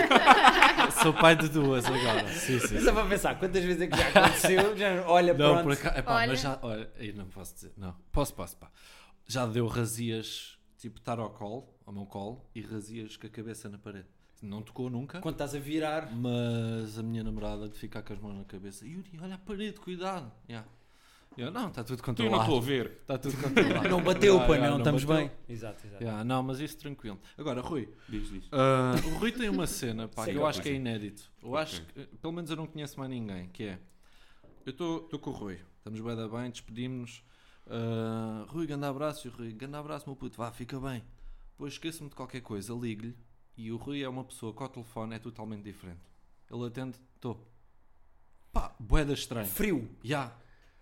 S3: sou pai de duas agora. Sim, sim.
S1: Eu estava a pensar, quantas vezes é que já aconteceu? Já, olha,
S3: Não,
S1: pronto.
S3: por acaso. Epá,
S2: Olha.
S3: mas já. Olha, aí não posso dizer. Não. Posso, posso, pá. Já deu razias, tipo, estar ao colo, ao meu colo, e razias com a cabeça na parede. Não tocou nunca.
S1: Quando estás a virar,
S3: Mas a minha namorada de ficar com as mãos na cabeça, Yuri, olha a parede, cuidado. Yeah. Eu, não, está tudo
S4: Eu não estou a
S3: controlado.
S4: ver.
S3: Está tudo controlado.
S1: não bateu,
S3: Ah,
S1: pá,
S3: yeah,
S1: não, estamos
S3: bateu. É.
S1: bem. Exato, exato.
S3: Yeah, não, mas isso tranquilo. Agora, Rui,
S4: Diz, diz.
S3: ah, o Rui tem uma cena pá, que
S1: Sim.
S3: eu acho que é
S4: Pois
S3: inédito. Eu acho que, pelo menos eu não conheço mais ninguém, que é. Eu estou com o Rui, estamos bem da bem, despedimos-nos. Ah, Rui, grande abraço, e o Rui, grande abraço, meu puto, vá, fica bem. Pois esqueço-me de qualquer coisa, ligo-lhe. E o Rui é uma pessoa que ao telefone é totalmente diferente. Ele atende, estou. Pá, boeda estranho.
S1: Frio.
S3: Já.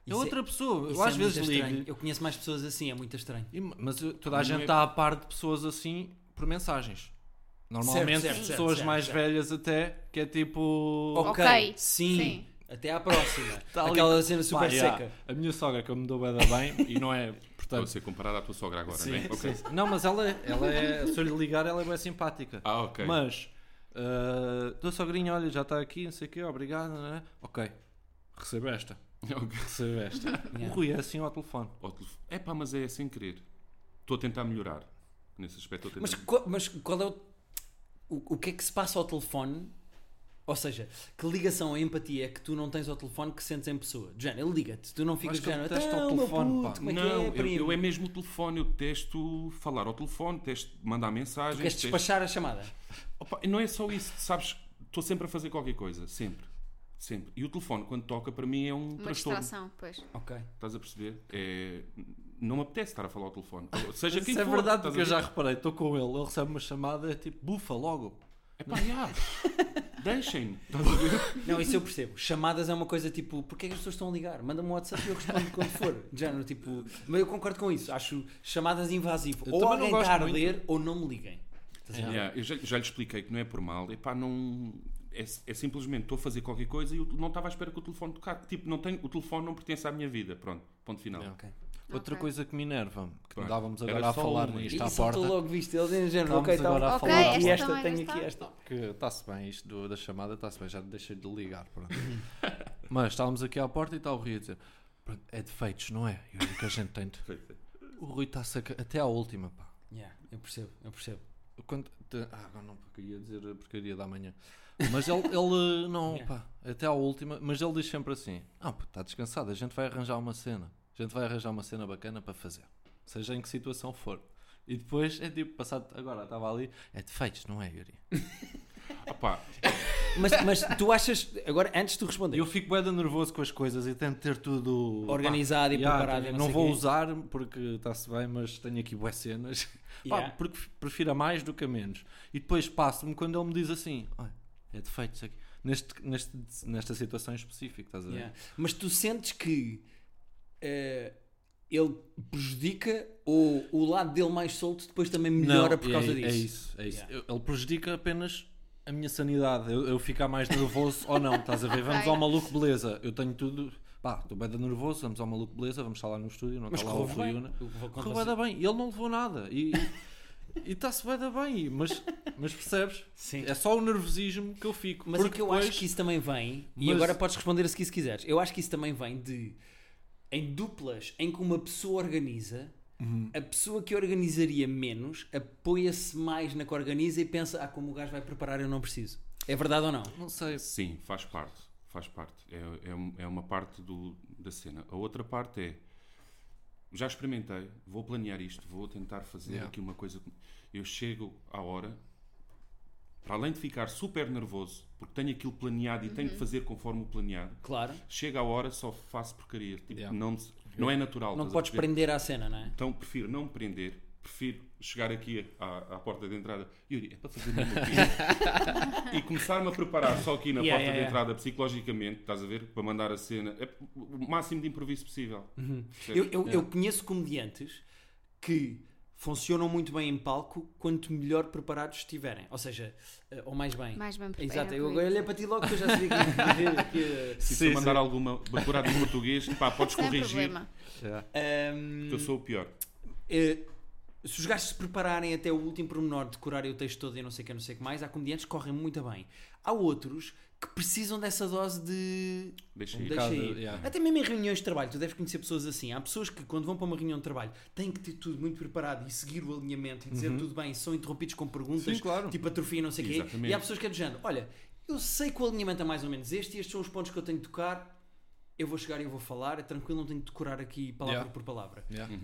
S3: É
S1: Isso é-
S3: outra pessoa.
S1: Isso
S3: Eu às
S1: é muito
S3: vezes
S1: estranho.
S3: ligo-lhe.
S1: Eu conheço mais pessoas assim, é muito estranho.
S3: E- Mas eu- toda a
S4: Não
S3: gente
S4: é-
S3: está a par de pessoas assim por mensagens.
S1: Certo,
S3: Normalmente
S1: certo,
S3: pessoas
S1: certo,
S3: mais
S1: certo.
S3: velhas até, que é tipo...
S2: Ok.
S1: Sim.
S2: Sim.
S1: Até à próxima.
S3: Tá ali-
S1: Aquela cena super
S3: Pá, já.
S1: seca.
S3: A minha sogra que eu me dou bem, da bem e não é,
S4: Estou a
S3: portanto...
S4: ser comparado à tua sogra agora,
S3: sim,
S4: não é? Ok.
S3: sim, sim. Não, mas ela, ela é, se eu lhe ligar, ela é bem simpática.
S4: Ah, ok.
S3: Mas, ah, tua sogrinha, olha, já está aqui, não sei o quê, obrigado, né? ok, recebo esta,
S4: Ok.
S3: recebo esta. O
S1: Yeah.
S3: Rui é assim ao telefone.
S4: Ao telefone. É pá, mas é sem querer. Estou a tentar melhorar. Nesse aspecto, estou a
S1: Mas,
S4: tentar.
S1: qual, mas qual é o, o. O que é que se passa ao telefone? Ou seja, que ligação ou empatia é que tu não tens ao telefone que sentes em pessoa? De género, ele liga-te, tu não ficas
S3: Acho
S1: de
S3: que eu
S1: género.
S3: detesto
S1: "Então,
S3: ao
S1: meu
S3: telefone,
S1: puto,
S3: pá."
S1: como é que
S4: não,
S1: é,
S4: eu,
S1: primo?"
S4: eu é mesmo o telefone, eu detesto falar ao telefone, detesto mandar
S1: Tu
S4: mensagem.
S1: queres despachar a chamada?
S4: não é só isso, sabes? Estou sempre a fazer qualquer coisa, sempre. Sempre. E o telefone, quando toca, para mim é um
S2: Uma
S4: transtorno.
S2: distração, pois.
S1: Ok.
S4: Estás a perceber? É, Não me apetece estar a falar ao telefone. Ou Seja quem
S3: Isso é
S4: for,
S3: verdade,
S4: estás
S3: porque eu
S4: a
S3: já
S4: ver?
S3: reparei, estou com ele, ele recebe uma chamada, é tipo, bufa logo.
S4: Epá, já. Deixem-me. Estás a ver?
S1: Não, isso eu percebo. Chamadas é uma coisa tipo, porque é que as pessoas estão a ligar? Manda-me um WhatsApp e eu respondo quando for. De género, tipo, mas eu concordo com isso. Acho chamadas invasivo.
S3: Eu
S1: ou
S3: também não
S1: alguém
S3: gosto
S1: está a
S3: muito. É,
S1: arder ou não me liguem. Estás a ver?
S4: Yeah, eu já, já lhe expliquei que não é por mal. Epá, não... É, é simplesmente estou a fazer qualquer coisa e eu não estava à espera que o telefone tocasse. Tipo, não tenho, o telefone não pertence à minha vida. Pronto, ponto final.
S3: Yeah.
S1: Ok.
S3: Outra
S2: Ok.
S3: coisa que me enerva, que
S4: Pronto.
S3: andávamos
S4: Era
S3: agora a
S4: só
S3: falar
S4: uma.
S1: E
S3: nisto à
S1: só tu
S3: porta,
S1: logo viste eles em género,
S3: Estamos
S1: ok, então,
S3: agora a
S1: ok,
S3: falar da
S1: aqui
S3: bola.
S1: esta,
S2: Esta
S1: tenho
S2: também,
S1: aqui
S2: esta.
S1: esta.
S3: que está-se bem, isto do- da chamada está-se bem, já deixei de ligar. Pronto. Mas estávamos aqui à porta e está o Rui a dizer, "Pronto, é defeitos, não é? E o que a gente tem. de-" O Rui está-se a ca- até à última, pá.
S1: Yeah, eu percebo, eu percebo.
S3: Quando te- Ah, agora não, porque ia dizer a porcaria da manhã. Mas ele, ele eh, não, pá, até à última, mas ele diz sempre assim: Ah, pô, está descansado, a gente vai arranjar uma cena. A gente vai arranjar uma cena bacana para fazer, seja em que situação for. E depois é tipo, passado, agora estava ali, é defeitos, não é, Yuri?
S4: Epá,
S1: Mas, mas tu achas, agora antes de tu responder,
S3: Eu fico bem nervoso com as coisas e tento ter tudo pá,
S1: Organizado e preparado e não
S3: Não,
S1: sei
S3: vou
S1: quê.
S3: usar porque está-se bem, mas tenho aqui boas cenas. Pá,
S1: Yeah.
S3: porque prefiro a mais do que a menos. E depois passo-me quando ele me diz assim: "Olha, é defeito isso aqui. Neste, neste, nesta situação específica, estás a ver?
S1: Yeah. mas tu sentes que eh, ele prejudica ou o lado dele mais solto depois também melhora
S3: Não,
S1: por causa
S3: é,
S1: disso?
S3: É isso, é isso.
S1: Yeah.
S3: Eu- Ele prejudica apenas a minha sanidade. Eu, eu ficar mais nervoso ou não, estás a ver? Vamos
S2: Ok.
S3: ao maluco, beleza. Eu tenho tudo. Pá, estou bem de nervoso, vamos ao maluco, beleza. Vamos estar lá no estúdio, não
S1: Mas
S3: está lá o
S1: correu bem.
S3: Riuna.
S1: Eu vou contar
S3: Correu bué da bem, e ele não levou nada. E e está-se bué da bem, mas, mas percebes?
S1: Sim.
S3: É só o nervosismo que eu fico.
S1: Mas é
S3: porque
S1: que eu
S3: depois-
S1: acho que isso também vem, e
S3: Mas-
S1: agora podes responder a se quiseres. Eu acho que isso também vem de em duplas em que uma pessoa organiza,
S3: Uhum.
S1: a pessoa que organizaria menos apoia-se mais na que organiza e pensa, ah, como o gajo vai preparar, eu não preciso. É verdade ou não?
S3: Não sei. é
S4: Sim, faz parte. Faz parte. É, é, um- é uma parte do, da cena. A outra parte é. Já experimentei, vou planear isto, vou tentar fazer
S3: Yeah.
S4: aqui uma coisa. que- Eu chego à hora, para além de ficar super nervoso, porque tenho aquilo planeado e tenho que fazer conforme o planeado,
S1: Claro.
S4: chega a hora só faço porcaria. Tipo,
S3: Yeah.
S4: não, não é natural.
S1: Não
S4: estás a
S1: podes
S4: perceber?
S1: prender à cena, não é?
S4: Então prefiro não me prender, prefiro chegar aqui à, à porta de entrada, Yuri, é para fazer mesmo aqui. e começar-me a preparar só aqui na
S1: Yeah,
S4: porta
S1: yeah,
S4: de
S1: yeah.
S4: entrada psicologicamente, estás a ver? Para mandar a cena, é o máximo de improviso possível.
S1: Eu, eu,
S4: É.
S1: eu conheço comediantes que funcionam muito bem em palco quanto melhor preparados estiverem. Ou seja, eh, ou mais bem.
S2: Mais bem preparado.
S1: Exato, eu agora olhei para ti logo que eu já sabia que- que. que
S4: Se eu mandar alguma bacurada em português, pá, podes
S2: Sem
S4: corrigir,
S2: problema.
S3: é.
S1: Ahm,
S4: que eu sou o pior.
S1: eh, se os gajos se prepararem até o último pormenor, decorarem o texto todo e não sei o que, não sei o que mais, há comediantes que correm muito bem. Há outros que precisam dessa dose de
S4: Deixa
S3: Um
S4: ir.
S1: Deixa
S3: bocado,
S1: ir.
S3: yeah.
S1: Até mesmo em reuniões de trabalho, tu deves conhecer pessoas assim. Há pessoas que, quando vão para uma reunião de trabalho, têm que ter tudo muito preparado e seguir o alinhamento e dizer tudo bem, são interrompidos com perguntas,
S3: Uhum. Sim, claro.
S1: tipo atrofia, não sei o quê.
S4: Exatamente.
S1: E há pessoas que é do género: olha, eu sei que o alinhamento é mais ou menos este e estes são os pontos que eu tenho de tocar. Eu vou chegar e eu vou falar, é tranquilo, não tenho de decorar aqui palavra
S3: Yeah.
S1: por palavra.
S3: Yeah.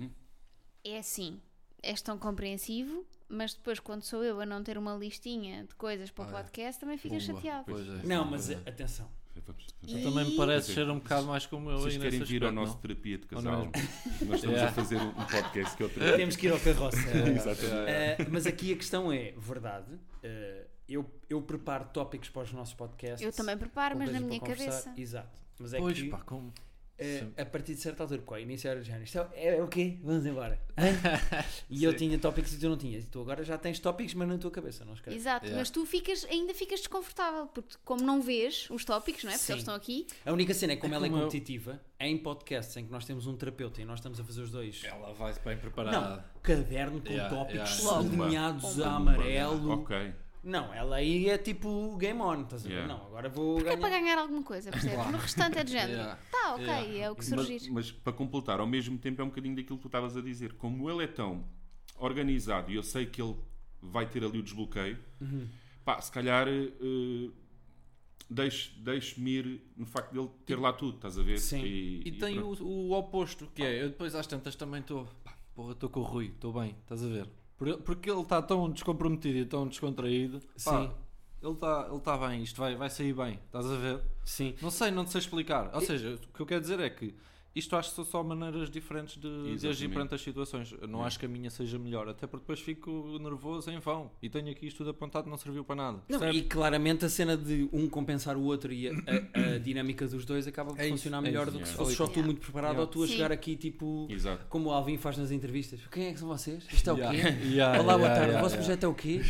S2: É assim, és tão compreensivo, mas depois quando sou eu a não ter uma listinha de coisas para o
S3: Ah, é.
S2: podcast, também ficas
S3: Pumba.
S2: chateado.
S3: Pois é.
S1: Não, mas
S3: Pois é.
S1: atenção.
S4: Vamos-
S2: E-
S3: Também me parece
S4: Sim.
S3: ser um bocado mais como eu
S4: Vocês
S3: aí nesse
S4: querem vir ao
S3: aspecto,
S4: nosso
S3: não?
S4: terapia de
S3: Ou
S4: casal?
S3: não
S4: Nós estamos
S3: Yeah.
S4: a fazer um um podcast que é o terapia.
S1: Temos que ir ao carroça.
S4: Exatamente.
S1: Uh, mas aqui a questão é, verdade, uh, eu, eu preparo tópicos para os nossos podcasts.
S2: Eu também
S1: com
S2: preparo, mas na
S1: coisas
S2: minha
S1: para conversar.
S2: cabeça.
S1: Exato. Mas é
S3: Pois
S1: que
S3: pá, como?
S1: eh,
S3: sim.
S1: a partir de certa altura, quando iniciar o género, isto é, é o quê? Vamos embora. Hã? e eu tinha tópicos e tu não tinhas. E tu agora já tens tópicos, mas na tua cabeça, não escreves.
S2: Exato,
S3: Yeah.
S2: mas tu ficas, ainda ficas desconfortável, porque como não vês os tópicos, não é? Porque
S1: Sim.
S2: eles estão aqui,
S1: A única cena é que como
S3: É
S1: ela é
S3: como eu-
S1: competitiva, é em podcasts em que nós temos um terapeuta e nós estamos a fazer os dois.
S3: Ela vai bem
S1: Não,
S3: preparada.
S1: caderno com
S3: É um Yeah,
S1: tópicos
S3: yeah.
S1: sublinhados a amarelo.
S4: Ok.
S1: Não, ela aí é tipo game on, estás a ver?
S4: Yeah.
S1: Não, agora vou
S2: é para
S1: ganhar.
S2: ganhar alguma coisa, percebes? No restante é de género.
S3: Yeah.
S2: Tá, ok,
S3: Yeah.
S2: é o que
S4: Mas-
S2: surgir.
S4: Mas, para completar, ao mesmo tempo é um bocadinho daquilo que tu estavas a dizer. Como ele é tão organizado e eu sei que ele vai ter ali o desbloqueio, pá, se calhar eh, deixo- deixo-me ir no facto dele ter lá tudo, estás a ver?
S1: Sim.
S4: E,
S3: E tem
S4: pronto.
S3: o, o oposto, que é, eu depois às tantas também estou, pá, porra, estou com o Rui, estou bem, estás a ver? Por ele- Porque ele está tão descomprometido e tão descontraído, pá,
S1: Sim.
S3: ele está ele tá bem, isto vai, vai sair bem, estás a ver?
S1: Sim.
S3: Não sei, não te sei explicar. Ou seja, o que eu quero dizer é que isto acho que são só maneiras diferentes de, de agir
S4: Exatamente. Hum.
S3: perante as situações. Eu Não acho que a minha seja melhor, até porque depois fico nervoso em vão e tenho aqui isto tudo apontado, não serviu para nada.
S1: Não,
S3: percebes?
S1: e claramente a cena de um compensar o outro e a, a- a dinâmica dos dois acaba por
S3: É isso,
S1: funcionar
S3: é
S1: melhor do
S3: isso,
S1: que
S4: yeah.
S1: se fosse só tu
S2: Yeah.
S1: muito preparado
S3: Yeah.
S1: ou tu a
S2: Sim.
S1: chegar aqui tipo
S4: Exato.
S1: como o Alvin faz nas entrevistas. Quem é que são vocês? Isto é o quê?
S3: Yeah, yeah,
S1: Olá, boa
S3: yeah,
S1: tarde.
S3: yeah,
S1: o vosso
S3: yeah.
S1: projeto é o quê?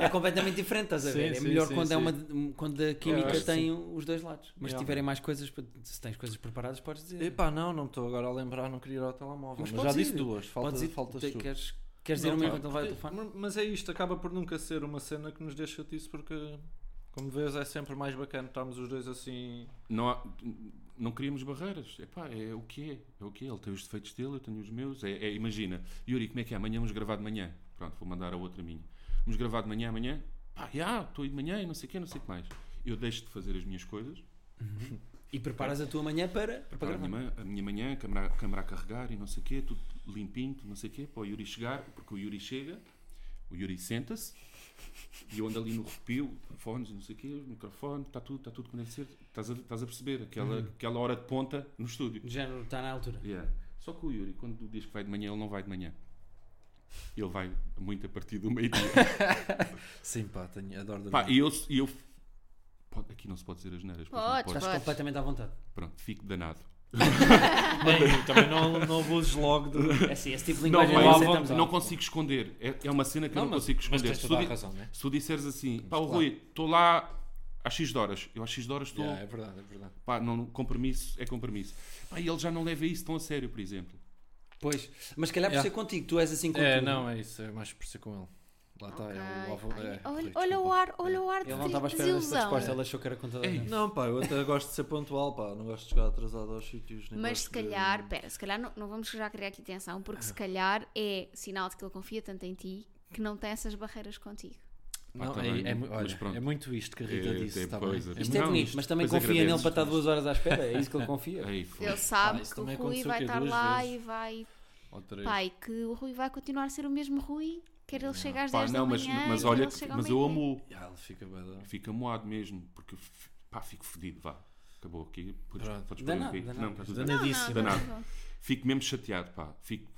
S1: É completamente diferente, estás a
S3: Sim,
S1: ver? é
S3: sim,
S1: melhor
S3: sim,
S1: quando, é
S3: sim.
S1: uma, um- quando a química
S3: acho que
S1: tem os dois lados. Mas
S3: Yeah.
S1: se tiverem mais coisas, pa- se tens coisas preparadas, podes dizer.
S3: Epá, não, não me estou agora a lembrar, não queria ir ao telemóvel.
S1: Mas
S3: Mas,
S1: podes
S3: já
S1: ir.
S3: disse duas, falta,
S1: podes ir,
S3: faltas
S1: te-
S3: tu.
S1: queres, queres
S3: Não,
S1: dizer uma
S3: pá,
S1: enquanto ele vai ao telefone?
S3: porque- Mas é isto, acaba por nunca ser uma cena que nos deixa disso porque, como vês, é sempre mais bacana estarmos os dois assim.
S4: Não, há- não criamos barreiras. Epá, é o que é. É o que é. Ele tem os defeitos dele, eu tenho os meus. É, é, imagina, Yuri, como é que é? Amanhã vamos gravar de manhã. Pronto, vou mandar a outra minha. Vamos gravar de manhã, amanhã. Pá, já, estou aí de manhã e não sei o quê, não sei o que mais. Eu deixo de fazer as minhas coisas.
S1: E preparas a tua manhã para, para
S4: Preparo a
S1: gravar.
S4: minha, ma- a minha manhã, a câmara, a câmara a carregar e não sei o quê, tudo limpinho, tudo não sei o quê, para o Yuri chegar, porque o Yuri chega, o Yuri senta-se, e eu ando ali no repio, fones, não sei o quê, microfone, está tudo, está tudo como deve ser. Estás a, estás a perceber aquela,
S1: Uhum.
S4: aquela hora de ponta no estúdio.
S1: De género, está na altura.
S4: Yeah. Só que o Yuri, quando diz que vai de manhã, ele não vai de manhã. Ele vai muito a partir do meio-dia.
S3: Sim, pá, tenho, adoro dormir.
S4: Pá, e eu... e eu pode- aqui não se pode dizer as neiras. pois não
S2: Podes,
S4: pode.
S1: Estás
S2: Podes.
S1: completamente à vontade.
S4: Pronto, fico danado.
S3: Ei, também não, não abuses logo de.
S1: É assim, esse tipo de
S4: Não,
S1: linguagem não,
S4: pá, eu
S3: à
S1: aceitamos.
S3: vontade.
S4: Então não consigo esconder. É, é uma cena que eu não consigo esconder. Se tu, di-
S3: né?
S4: se tu disseres assim, pá, o
S3: claro.
S4: Rui, estou lá às X de horas. Eu às X de horas estou.
S3: é verdade, é verdade.
S4: Pá, não, compromisso é compromisso. Pá, e ele já não leva isso tão a sério, por exemplo.
S1: Pois, mas se calhar por
S3: Yeah.
S1: ser contigo, tu és assim com
S3: É,
S1: tudo.
S3: não, é isso, é mais por ser com ele. Lá está,
S2: Ok,
S3: é o avô.
S2: olha,
S3: é,
S2: olha-
S3: Rui,
S2: olha o
S3: desculpa.
S2: ar, olha o ar de
S1: Ele não estava à espera desta
S2: é desilusão.
S1: resposta, ele achou que era conta da
S4: Ei,
S1: Ana.
S3: Não, pá, eu até gosto de ser pontual, pá. Não gosto de chegar atrasado aos sítios. nem
S2: Mas se
S3: gosto de-
S2: calhar, pera, se calhar não, não vamos já criar aqui tensão, porque se calhar é sinal de que ele confia tanto em ti que não tem essas barreiras contigo.
S3: Não,
S4: Ah, tá
S3: é,
S4: bem,
S3: é mu-
S4: mas
S3: olha,
S4: pronto.
S3: é muito isto que a Rita
S4: É,
S3: disse,
S4: tem
S3: está
S4: coisa.
S3: bem?
S1: Isto é
S4: Não,
S1: bonito,
S4: isto-
S1: mas também
S4: depois
S1: confia nele
S4: agradeço,
S1: para estar
S4: mas-
S1: duas horas à espera, é isso que ele confia.
S4: Ei, foi.
S2: Ele sabe
S3: Ah, isso
S2: que o
S3: também
S2: Rui
S3: aconteceu
S2: vai
S3: aqui
S2: estar
S3: duas
S2: lá
S3: vezes.
S2: e vai.
S3: Ou três.
S2: Pai, que o Rui vai continuar a ser o mesmo Rui Quer ele chegar às
S4: Pá,
S2: 10
S4: não,
S2: da
S4: mas,
S2: manhã
S4: mas
S2: e
S4: olha,
S2: ele chega ao
S4: mas eu
S2: meio-dia.
S4: amo.
S3: Yeah, ele fica bué da-
S4: Fica moado mesmo, porque f- pá, fico fedido, vá. Acabou aqui. Podes,
S3: Pronto.
S4: podes pôr
S1: Danado,
S4: aqui.
S1: danado.
S4: Não, está tudo bem.
S2: Não, não, não,
S3: Danadíssimo.
S4: Danado.
S2: não.
S4: Fico mesmo chateado, pá. Fico,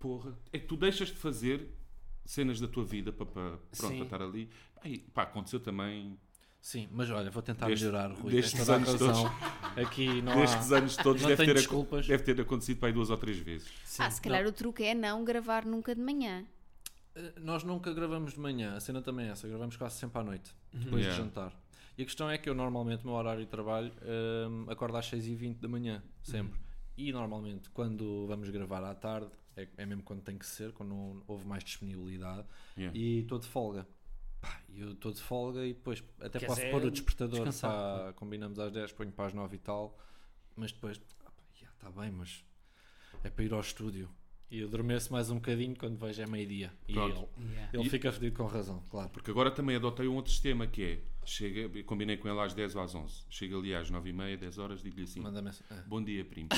S4: porra. É que tu deixas de fazer cenas da tua vida para, para pronto,
S3: Sim.
S4: para estar ali. Aí, pá, aconteceu também
S3: Sim, mas olha, vou tentar
S4: Deste-
S3: melhorar, Rui.
S4: destes
S3: tens toda a
S4: anos
S3: razão. Aqui não
S4: destes
S3: há...
S4: anos todos.
S3: não
S4: Deve
S3: tenho
S4: ter, aco-
S3: desculpas.
S4: deve ter acontecido para aí duas ou três vezes.
S3: Sim,
S2: Ah, se calhar o truque é não gravar nunca de manhã.
S3: Eh, Nós nunca gravamos de manhã, a cena também é essa, gravamos quase sempre à noite, depois
S4: Uhum. Yeah.
S3: de jantar. E a questão é que eu normalmente, o meu horário de trabalho, hum, acordo às 6h20 da manhã, sempre.
S4: Uhum.
S3: E normalmente, quando vamos gravar à tarde, é, é mesmo quando tem que ser, quando não houve mais disponibilidade,
S4: Yeah.
S3: e estou de folga. Pá, eu estou de folga e depois até
S1: Quer
S3: posso
S1: dizer,
S3: pôr o despertador,
S1: é descansar,
S3: pá, combinamos às 10, ponho para as 9 e tal, mas depois, ah, pá, já está bem, mas é para ir ao estúdio. E adormeço mais um bocadinho quando vejo é meio-dia. E
S4: Pronto.
S3: ele,
S1: Yeah.
S3: ele
S4: E-
S3: fica fedido com razão, claro.
S4: Porque agora também adotei um outro sistema que é. Chega, eu combinei com ela às 10 ou às 11. Chega ali às 9h30, 10 horas, digo-lhe assim:
S3: Manda é. mensagem.
S4: Bom dia, primo.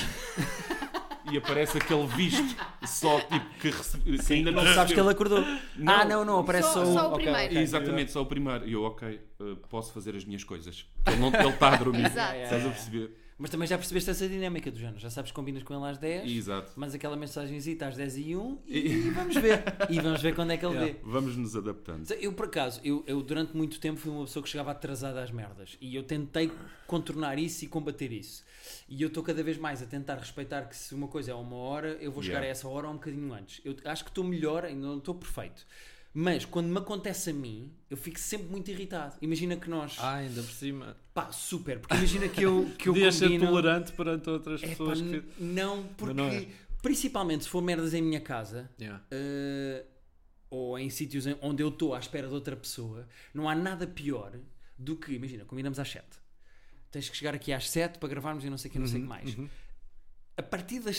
S4: e aparece aquele visto só tipo que, rece- que ainda não
S1: Não sabes que
S4: recebeu.
S1: ele é acordou.
S4: Não.
S1: Ah, não, não, aparece
S2: Só-
S1: só,
S2: só o
S1: ok,
S2: primeiro.
S1: ok.
S4: Exatamente, só o primeiro. E eu, ok, eh, posso fazer as minhas coisas. Ele não- Ele está a dormir.
S2: Exato.
S4: Estás a perceber?
S1: Mas também já percebeste essa dinâmica do género. Já sabes que combinas com ele às 10,
S4: Exato.
S1: mas aquela mensagenzita às 10 e 1 e, e vamos ver. E vamos ver quando é que ele vê.
S4: Vamos nos adaptando.
S1: Mas Eu, por acaso, eu, eu durante muito tempo fui uma pessoa que chegava atrasada às merdas e eu tentei contornar isso e combater isso. E eu estou cada vez mais a tentar respeitar que se uma coisa é uma hora, eu vou chegar
S4: Yeah.
S1: a essa hora ou um bocadinho antes. Eu acho que estou melhor, ainda não estou perfeito. Mas quando me acontece a mim, eu fico sempre muito irritado. Imagina que nós.
S3: Ah, ainda por cima.
S1: Pá, super, porque imagina que eu, que eu
S3: Podias ser
S1: combino.
S3: tolerante perante outras
S1: É, pá,
S3: pessoas
S1: n-
S3: que.
S1: não, porque
S3: não é.
S1: principalmente se for merdas em minha casa,
S3: Yeah.
S1: eh, ou em sítios em- onde eu estou à espera de outra pessoa, não há nada pior do que, imagina, combinamos às 7. Tens que chegar aqui às 7 para gravarmos e não sei o que, não
S4: Uhum,
S1: sei o que mais. A partir das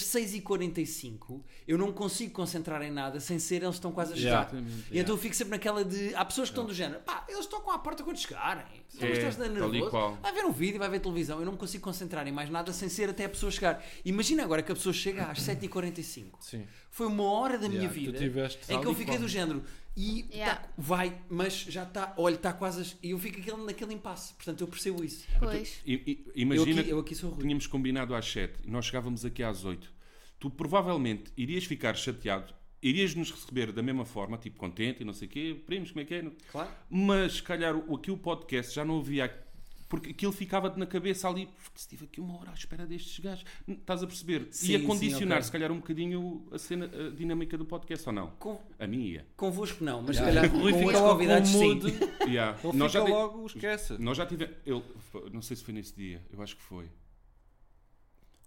S1: 6h45 eu não consigo concentrar em nada sem ser eles estão quase a chegar.
S3: Yeah.
S4: Exatamente,
S1: E então eu fico sempre naquela de. Há pessoas que estão do género, pá, eles estão com a porta quando chegarem. Estão
S4: É,
S1: estás
S4: tal e
S1: nervoso.
S4: qual.
S1: Vai ver um vídeo, vai ver televisão. Eu não me consigo concentrar em mais nada sem ser até a pessoa chegar. Imagina agora que a pessoa chega às 7h45.
S3: Sim.
S1: Foi uma hora da
S3: Yeah,
S1: minha
S3: tu
S1: vida
S3: tiveste
S1: em que eu
S3: ali
S1: fiquei
S3: como.
S1: do género e tá-
S2: Yeah.
S1: vai, mas já está, olha, está quase. a- E eu fico aquele- naquele impasse. Portanto, eu percebo isso.
S2: Pois.
S4: I- i-
S1: eu,
S4: Imagina
S1: aqui, eu aqui sou ruim.
S4: Tínhamos combinado às 7 e nós chegávamos aqui às 8. Tu provavelmente irias ficar chateado, irias nos receber da mesma forma, tipo contente e não sei o quê, primos, como é que é?
S1: Claro.
S4: Mas se calhar o- aqui o podcast já não havia. Porque aquilo ficava na cabeça ali, porque estive aqui uma hora à espera destes gajos. N- Estás a perceber?
S1: Sim,
S4: ia
S1: sim,
S4: condicionar,
S1: ok.
S4: se calhar, um bocadinho a, cena, a dinâmica do podcast ou não?
S1: Con-
S4: A minha.
S1: convosco não, mas se
S3: Yeah.
S1: calhar com outros convidados sim.
S4: Yeah.
S3: Ele
S4: Nós
S3: fica
S4: já ti-
S3: logo, esquece.
S4: Nós já tivemos. Eu não sei se foi nesse dia, eu acho que foi.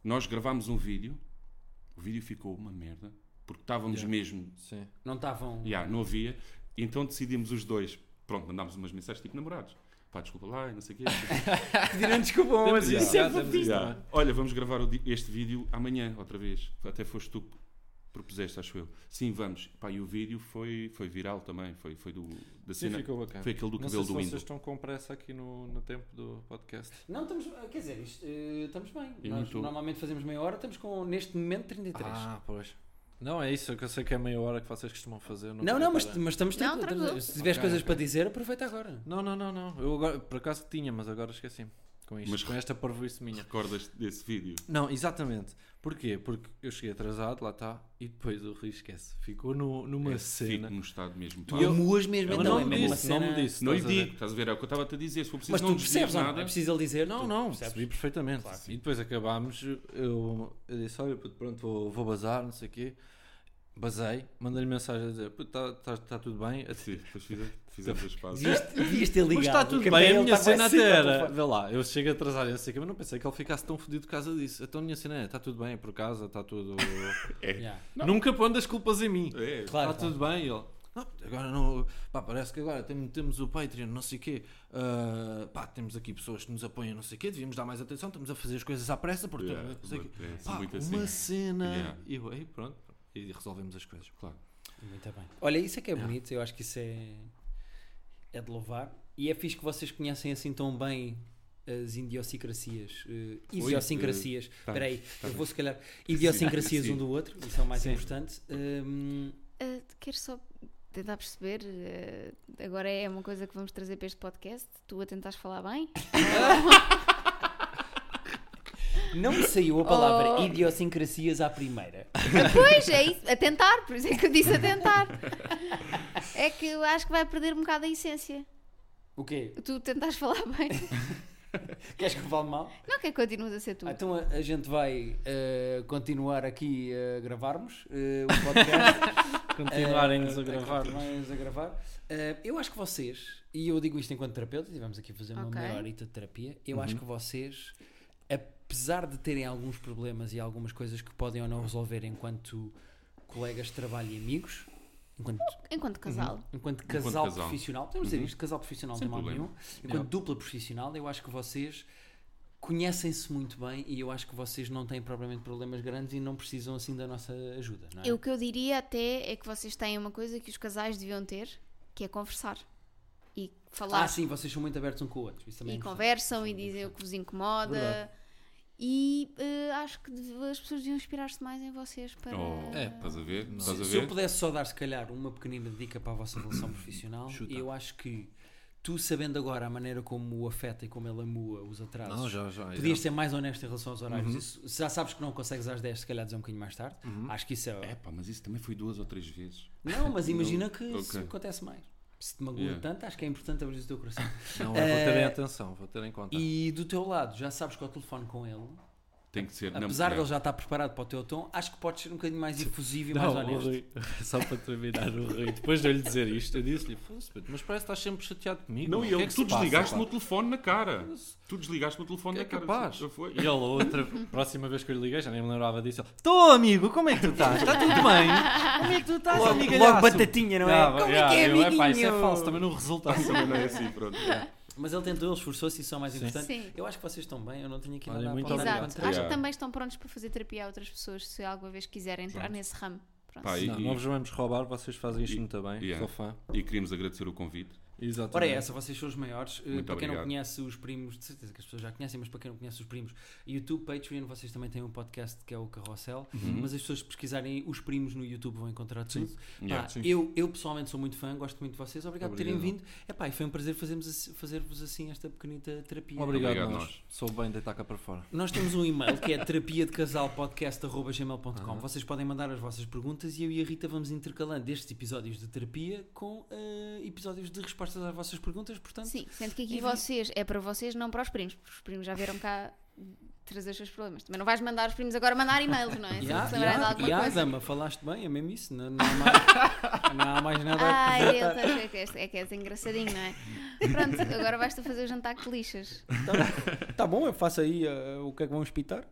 S4: Nós gravámos um vídeo, o vídeo ficou uma merda, porque estávamos
S3: Yeah.
S4: mesmo.
S3: Sim.
S1: Não estavam.
S4: Yeah, não havia. E então decidimos os dois. Pronto, mandámos umas mensagens tipo namorados. Pá, desculpa lá, e não sei o quê. não sei o quê.
S1: Pediram desculpa, mas
S3: Temos
S1: isso é
S3: isso,
S1: fofinho.
S4: Yeah.
S3: também.
S4: Olha, vamos gravar o di- este vídeo amanhã, outra vez. Até foste tu que propuseste, acho eu. Sim, vamos. Pá, e o vídeo foi, foi viral também. Foi, foi do, da
S3: Sim,
S4: cena.
S3: ficou bacana.
S4: Foi aquele do
S3: não sei
S4: cabelo
S3: se
S4: do
S3: vocês
S4: Windows.
S3: estão com pressa aqui no, no tempo do podcast.
S1: Não, estamos, quer dizer, isto, eh, estamos bem.
S4: Eu não
S1: Nós
S4: estou.
S1: normalmente fazemos meia hora, estamos com, neste momento, 33.
S3: Ah, pois. Não, é isso, que eu sei que é meia hora que vocês costumam fazer.
S1: não, não, mas, mas estamos,
S2: Não,
S1: tranquilos.
S2: tranquilo.
S1: Se tiveres
S3: Ok,
S1: coisas
S3: ok.
S1: para dizer, aproveita agora.
S3: Não, não, não, não. Eu agora, por acaso tinha, mas agora esqueci-me. Com isto,
S4: Mas-
S3: com esta parvoíce minha.
S4: Recordas desse vídeo?
S3: Não, exatamente. Porquê? Porque eu cheguei atrasado, lá está, e depois o Rui esquece. Ficou no, numa
S4: É, Fico
S3: cena.
S4: num estado mesmo. pá.
S1: Tu amuas mesmo,
S3: Ela
S1: então
S3: não,
S1: é
S3: me
S1: mesmo uma
S3: disse, não
S1: cena.
S3: me disse.
S4: Não lhe
S3: estás a ver?
S4: digo, estás a ver? É o que eu estava a te dizer. Se for preciso,
S1: Mas
S4: não
S1: tu percebes,
S4: desvies
S1: ou não?
S4: nada.
S1: É preciso ele dizer?
S3: Não,
S1: tu
S3: não,
S1: percebes?
S3: percebi perfeitamente.
S1: Claro que
S3: e depois acabámos, eu, eu disse, olha, puto, pronto, vou, vou bazar, não sei o quê. Basei, mandei-lhe mensagem a dizer, está tá, tá tudo bem. Até-
S4: Sim, depois fiz- fizemos as pazes.
S1: Devias, devias ter ligado.
S3: Mas está tudo
S1: porque
S3: bem,
S1: ele
S3: a minha
S1: estava
S3: cena
S1: assim,
S3: até era.
S1: estava-
S3: Vê lá, eu chego atrasado, não sei o quê, mas não pensei que ele ficasse tão fodido por causa disso. Então a minha cena é, está tudo bem, por casa, está tudo.
S1: Yeah.
S3: Nunca pondo as culpas em mim.
S1: É.
S4: É,
S1: Claro,
S3: está tudo bem, ele. "Não, agora não. Pá, parece que agora tem- temos o Patreon, não sei o quê. ah, pá, temos aqui pessoas que nos apoiam, não sei o quê. Devíamos dar mais atenção, estamos a fazer as coisas à pressa, porque.
S4: Yeah,
S3: não sei o quê."
S4: é, sou
S3: Pá,
S4: muito
S3: uma
S4: assim.
S3: cena.
S4: Yeah.
S3: E eu, "Ei, pronto. E resolvemos as coisas.
S4: Claro.
S1: Muito bem. Olha, isso é que é bonito, eu acho que isso é, é de louvar. E é fixe que vocês conhecem assim tão bem as idiosincrasias. eh, idiosincrasias.
S4: tá,
S1: Espera aí,
S4: tá
S1: eu
S4: bem.
S1: vou se calhar. Idiosincrasias
S4: sim.
S1: um do outro, isso é o mais
S3: Sim.
S1: importante. Hum,
S2: Ah, quero só tentar perceber. eh, agora é uma coisa que vamos trazer para este podcast. Tu a tentares falar bem?
S1: Não me saiu a palavra
S2: Oh.
S1: idiosincrasias à primeira.
S2: pois, é isso. A tentar, por isso é que eu disse a tentar. É que eu acho que vai perder um bocado a essência.
S1: O quê?
S2: Tu tentares falar bem.
S1: Queres que eu fale mal?
S2: Não que continuas a ser tu.
S1: Ah, então a, a gente vai eh, continuar aqui a gravarmos eh, o podcast.
S5: Continuarem-nos
S1: Eh,
S5: a gravar.
S1: continuarem-nos a gravar. Eh, eu acho que vocês, e eu digo isto enquanto terapeuta, estivemos aqui a fazer uma
S2: Ok.
S1: meia horita de terapia. Eu
S5: Uhum.
S1: acho que vocês, apesar de terem alguns problemas e algumas coisas que podem ou não resolver enquanto colegas de trabalho e amigos, enquanto, uhum.
S2: Enquanto casal.
S1: enquanto casal
S4: casal.
S1: profissional, podemos dizer isto, casal profissional
S4: Sem
S1: de mal
S4: problema.
S1: nenhum, enquanto dupla profissional, eu acho que vocês conhecem-se muito bem e eu acho que vocês não têm propriamente problemas grandes e não precisam assim da nossa ajuda, não é?
S2: Eu, o que eu diria até é que vocês têm uma coisa que os casais deviam ter, que é conversar. E falar.
S1: Ah, sim, vocês são muito abertos um com o outro. Isso também
S2: e
S1: é importante.
S2: conversam e dizem o que vos incomoda.
S1: Verdade.
S2: E eh, acho que deve- as pessoas deviam inspirar-se mais em vocês para.
S4: Oh,
S3: É.
S4: Estás a ver? Estás a
S1: Se eu
S4: ver?
S1: pudesse só dar, se calhar, uma pequenina dica para a vossa relação profissional,
S3: Chuta.
S1: eu acho que tu, sabendo agora a maneira como o afeta e como ele amua os atrasos,
S3: Não, já, já.
S1: podias ser mais honesto em relação aos horários. Isso- se já sabes que não consegues às 10, se calhar, dizer um bocadinho mais tarde. Acho que isso é.
S4: É pá, mas isso também foi duas ou três vezes.
S1: Não, mas imagina que
S4: ok.
S1: isso acontece mais. Se te magoa
S4: Yeah.
S1: tanto, acho que é importante abrir o teu coração.
S3: já. Não, eu vou ter Ah, em atenção, vou ter em conta.
S1: e do teu lado, já sabes que ao telefone com ele,
S4: Tem que ser. não,
S1: apesar de
S4: é.
S1: ele já estar preparado para o teu tom, acho que podes ser um bocadinho mais efusivo e mais
S5: Não, o
S1: honesto.
S5: Rui, só para terminar o Rui, depois de eu lhe dizer isto, eu disse-lhe,
S3: Foda-se, puto, Mas parece que estás sempre chateado comigo.
S4: Não,
S3: meu.
S4: e
S3: O que
S4: ele,
S3: é que
S4: tu
S3: se passa,
S4: desligaste-me o
S3: pá?
S4: telefone na cara. Tu desligaste-me o telefone
S3: É
S4: na cara.
S3: capaz.
S4: Já foi. é
S5: E ele, a outra próxima vez que eu lhe liguei, já nem me lembrava disso. Ele,
S3: Tô, amigo, como é que tu estás? Está tudo bem? Como é que tu estás,
S1: Logo,
S3: amiga?
S1: logo batatinha, não é?
S5: "Ah,
S1: Como
S5: yeah",
S1: é que é,
S5: eu, "Epá, isso é
S1: amiguinho?"
S5: falso, também não resulta assim.
S4: Também não é assim, pronto.
S1: Mas ele tentou, ele esforçou-se, isso é o mais importante.
S2: Sim.
S1: Eu acho que vocês estão bem, eu não tenho aqui
S5: Olha,
S1: nada
S5: muito
S1: a apontar
S2: Exato.
S1: ao
S5: obrigado.
S2: Acho
S1: contrário.
S2: que
S4: Yeah.
S2: também estão prontos para fazer terapia a outras pessoas se alguma vez quiserem entrar
S4: Pronto.
S2: nesse ramo. Pronto.
S4: Pá, e,
S3: Não, não vos vamos roubar, vocês fazem isto
S4: E- é.
S3: muito bem.
S4: yeah.
S3: Sou fã.
S4: e queríamos agradecer o convite.
S3: Exatamente.
S1: Ora, é essa, vocês são os maiores. Uh,
S4: Muito
S1: para quem não
S4: obrigado.
S1: conhece os primos, de certeza que as pessoas já conhecem, mas para quem não conhece os primos, YouTube, Patreon, vocês também têm um podcast que é o Carrossel. Mas as pessoas pesquisarem os primos no YouTube vão encontrar tudo. Pá,
S4: Yeah, Uhum. sim.
S1: eu, eu pessoalmente sou muito fã, gosto muito de vocês. Obrigado, por terem
S3: Obrigado.
S1: vindo. Epá, e foi um prazer fazermos assim- fazer-vos assim esta pequenita terapia.
S3: Obrigado,
S4: Obrigado,
S3: nós.
S4: nós.
S3: Sou bem deitar cá para fora.
S1: Nós temos um e-mail que é terapia de casal podcast.gmail.com. Vocês podem mandar as vossas perguntas e eu e a Rita vamos intercalando estes episódios de terapia com eh, episódios de respostas às vossas perguntas. Portanto,
S2: Sim, sendo que aqui
S1: Enfim.
S2: vocês é para vocês, não para os primos, porque os primos já vieram cá trazer os seus problemas. Também não vais mandar os primos agora mandar e-mails, não é? Se
S1: Ya,
S2: se lembrarem de
S1: ya,
S2: alguma
S1: ya,
S2: coisa.
S1: Dama, falaste bem, é mesmo isso. Não, não há, mais, não há mais nada a
S2: Ai,
S1: acrescentar.
S2: Deus, é que, és, é que és engraçadinho, não é? Pronto, agora vais-te fazer o jantar que te lixas.
S1: Tá bom, eu faço aí eh, o que é que vão espitar.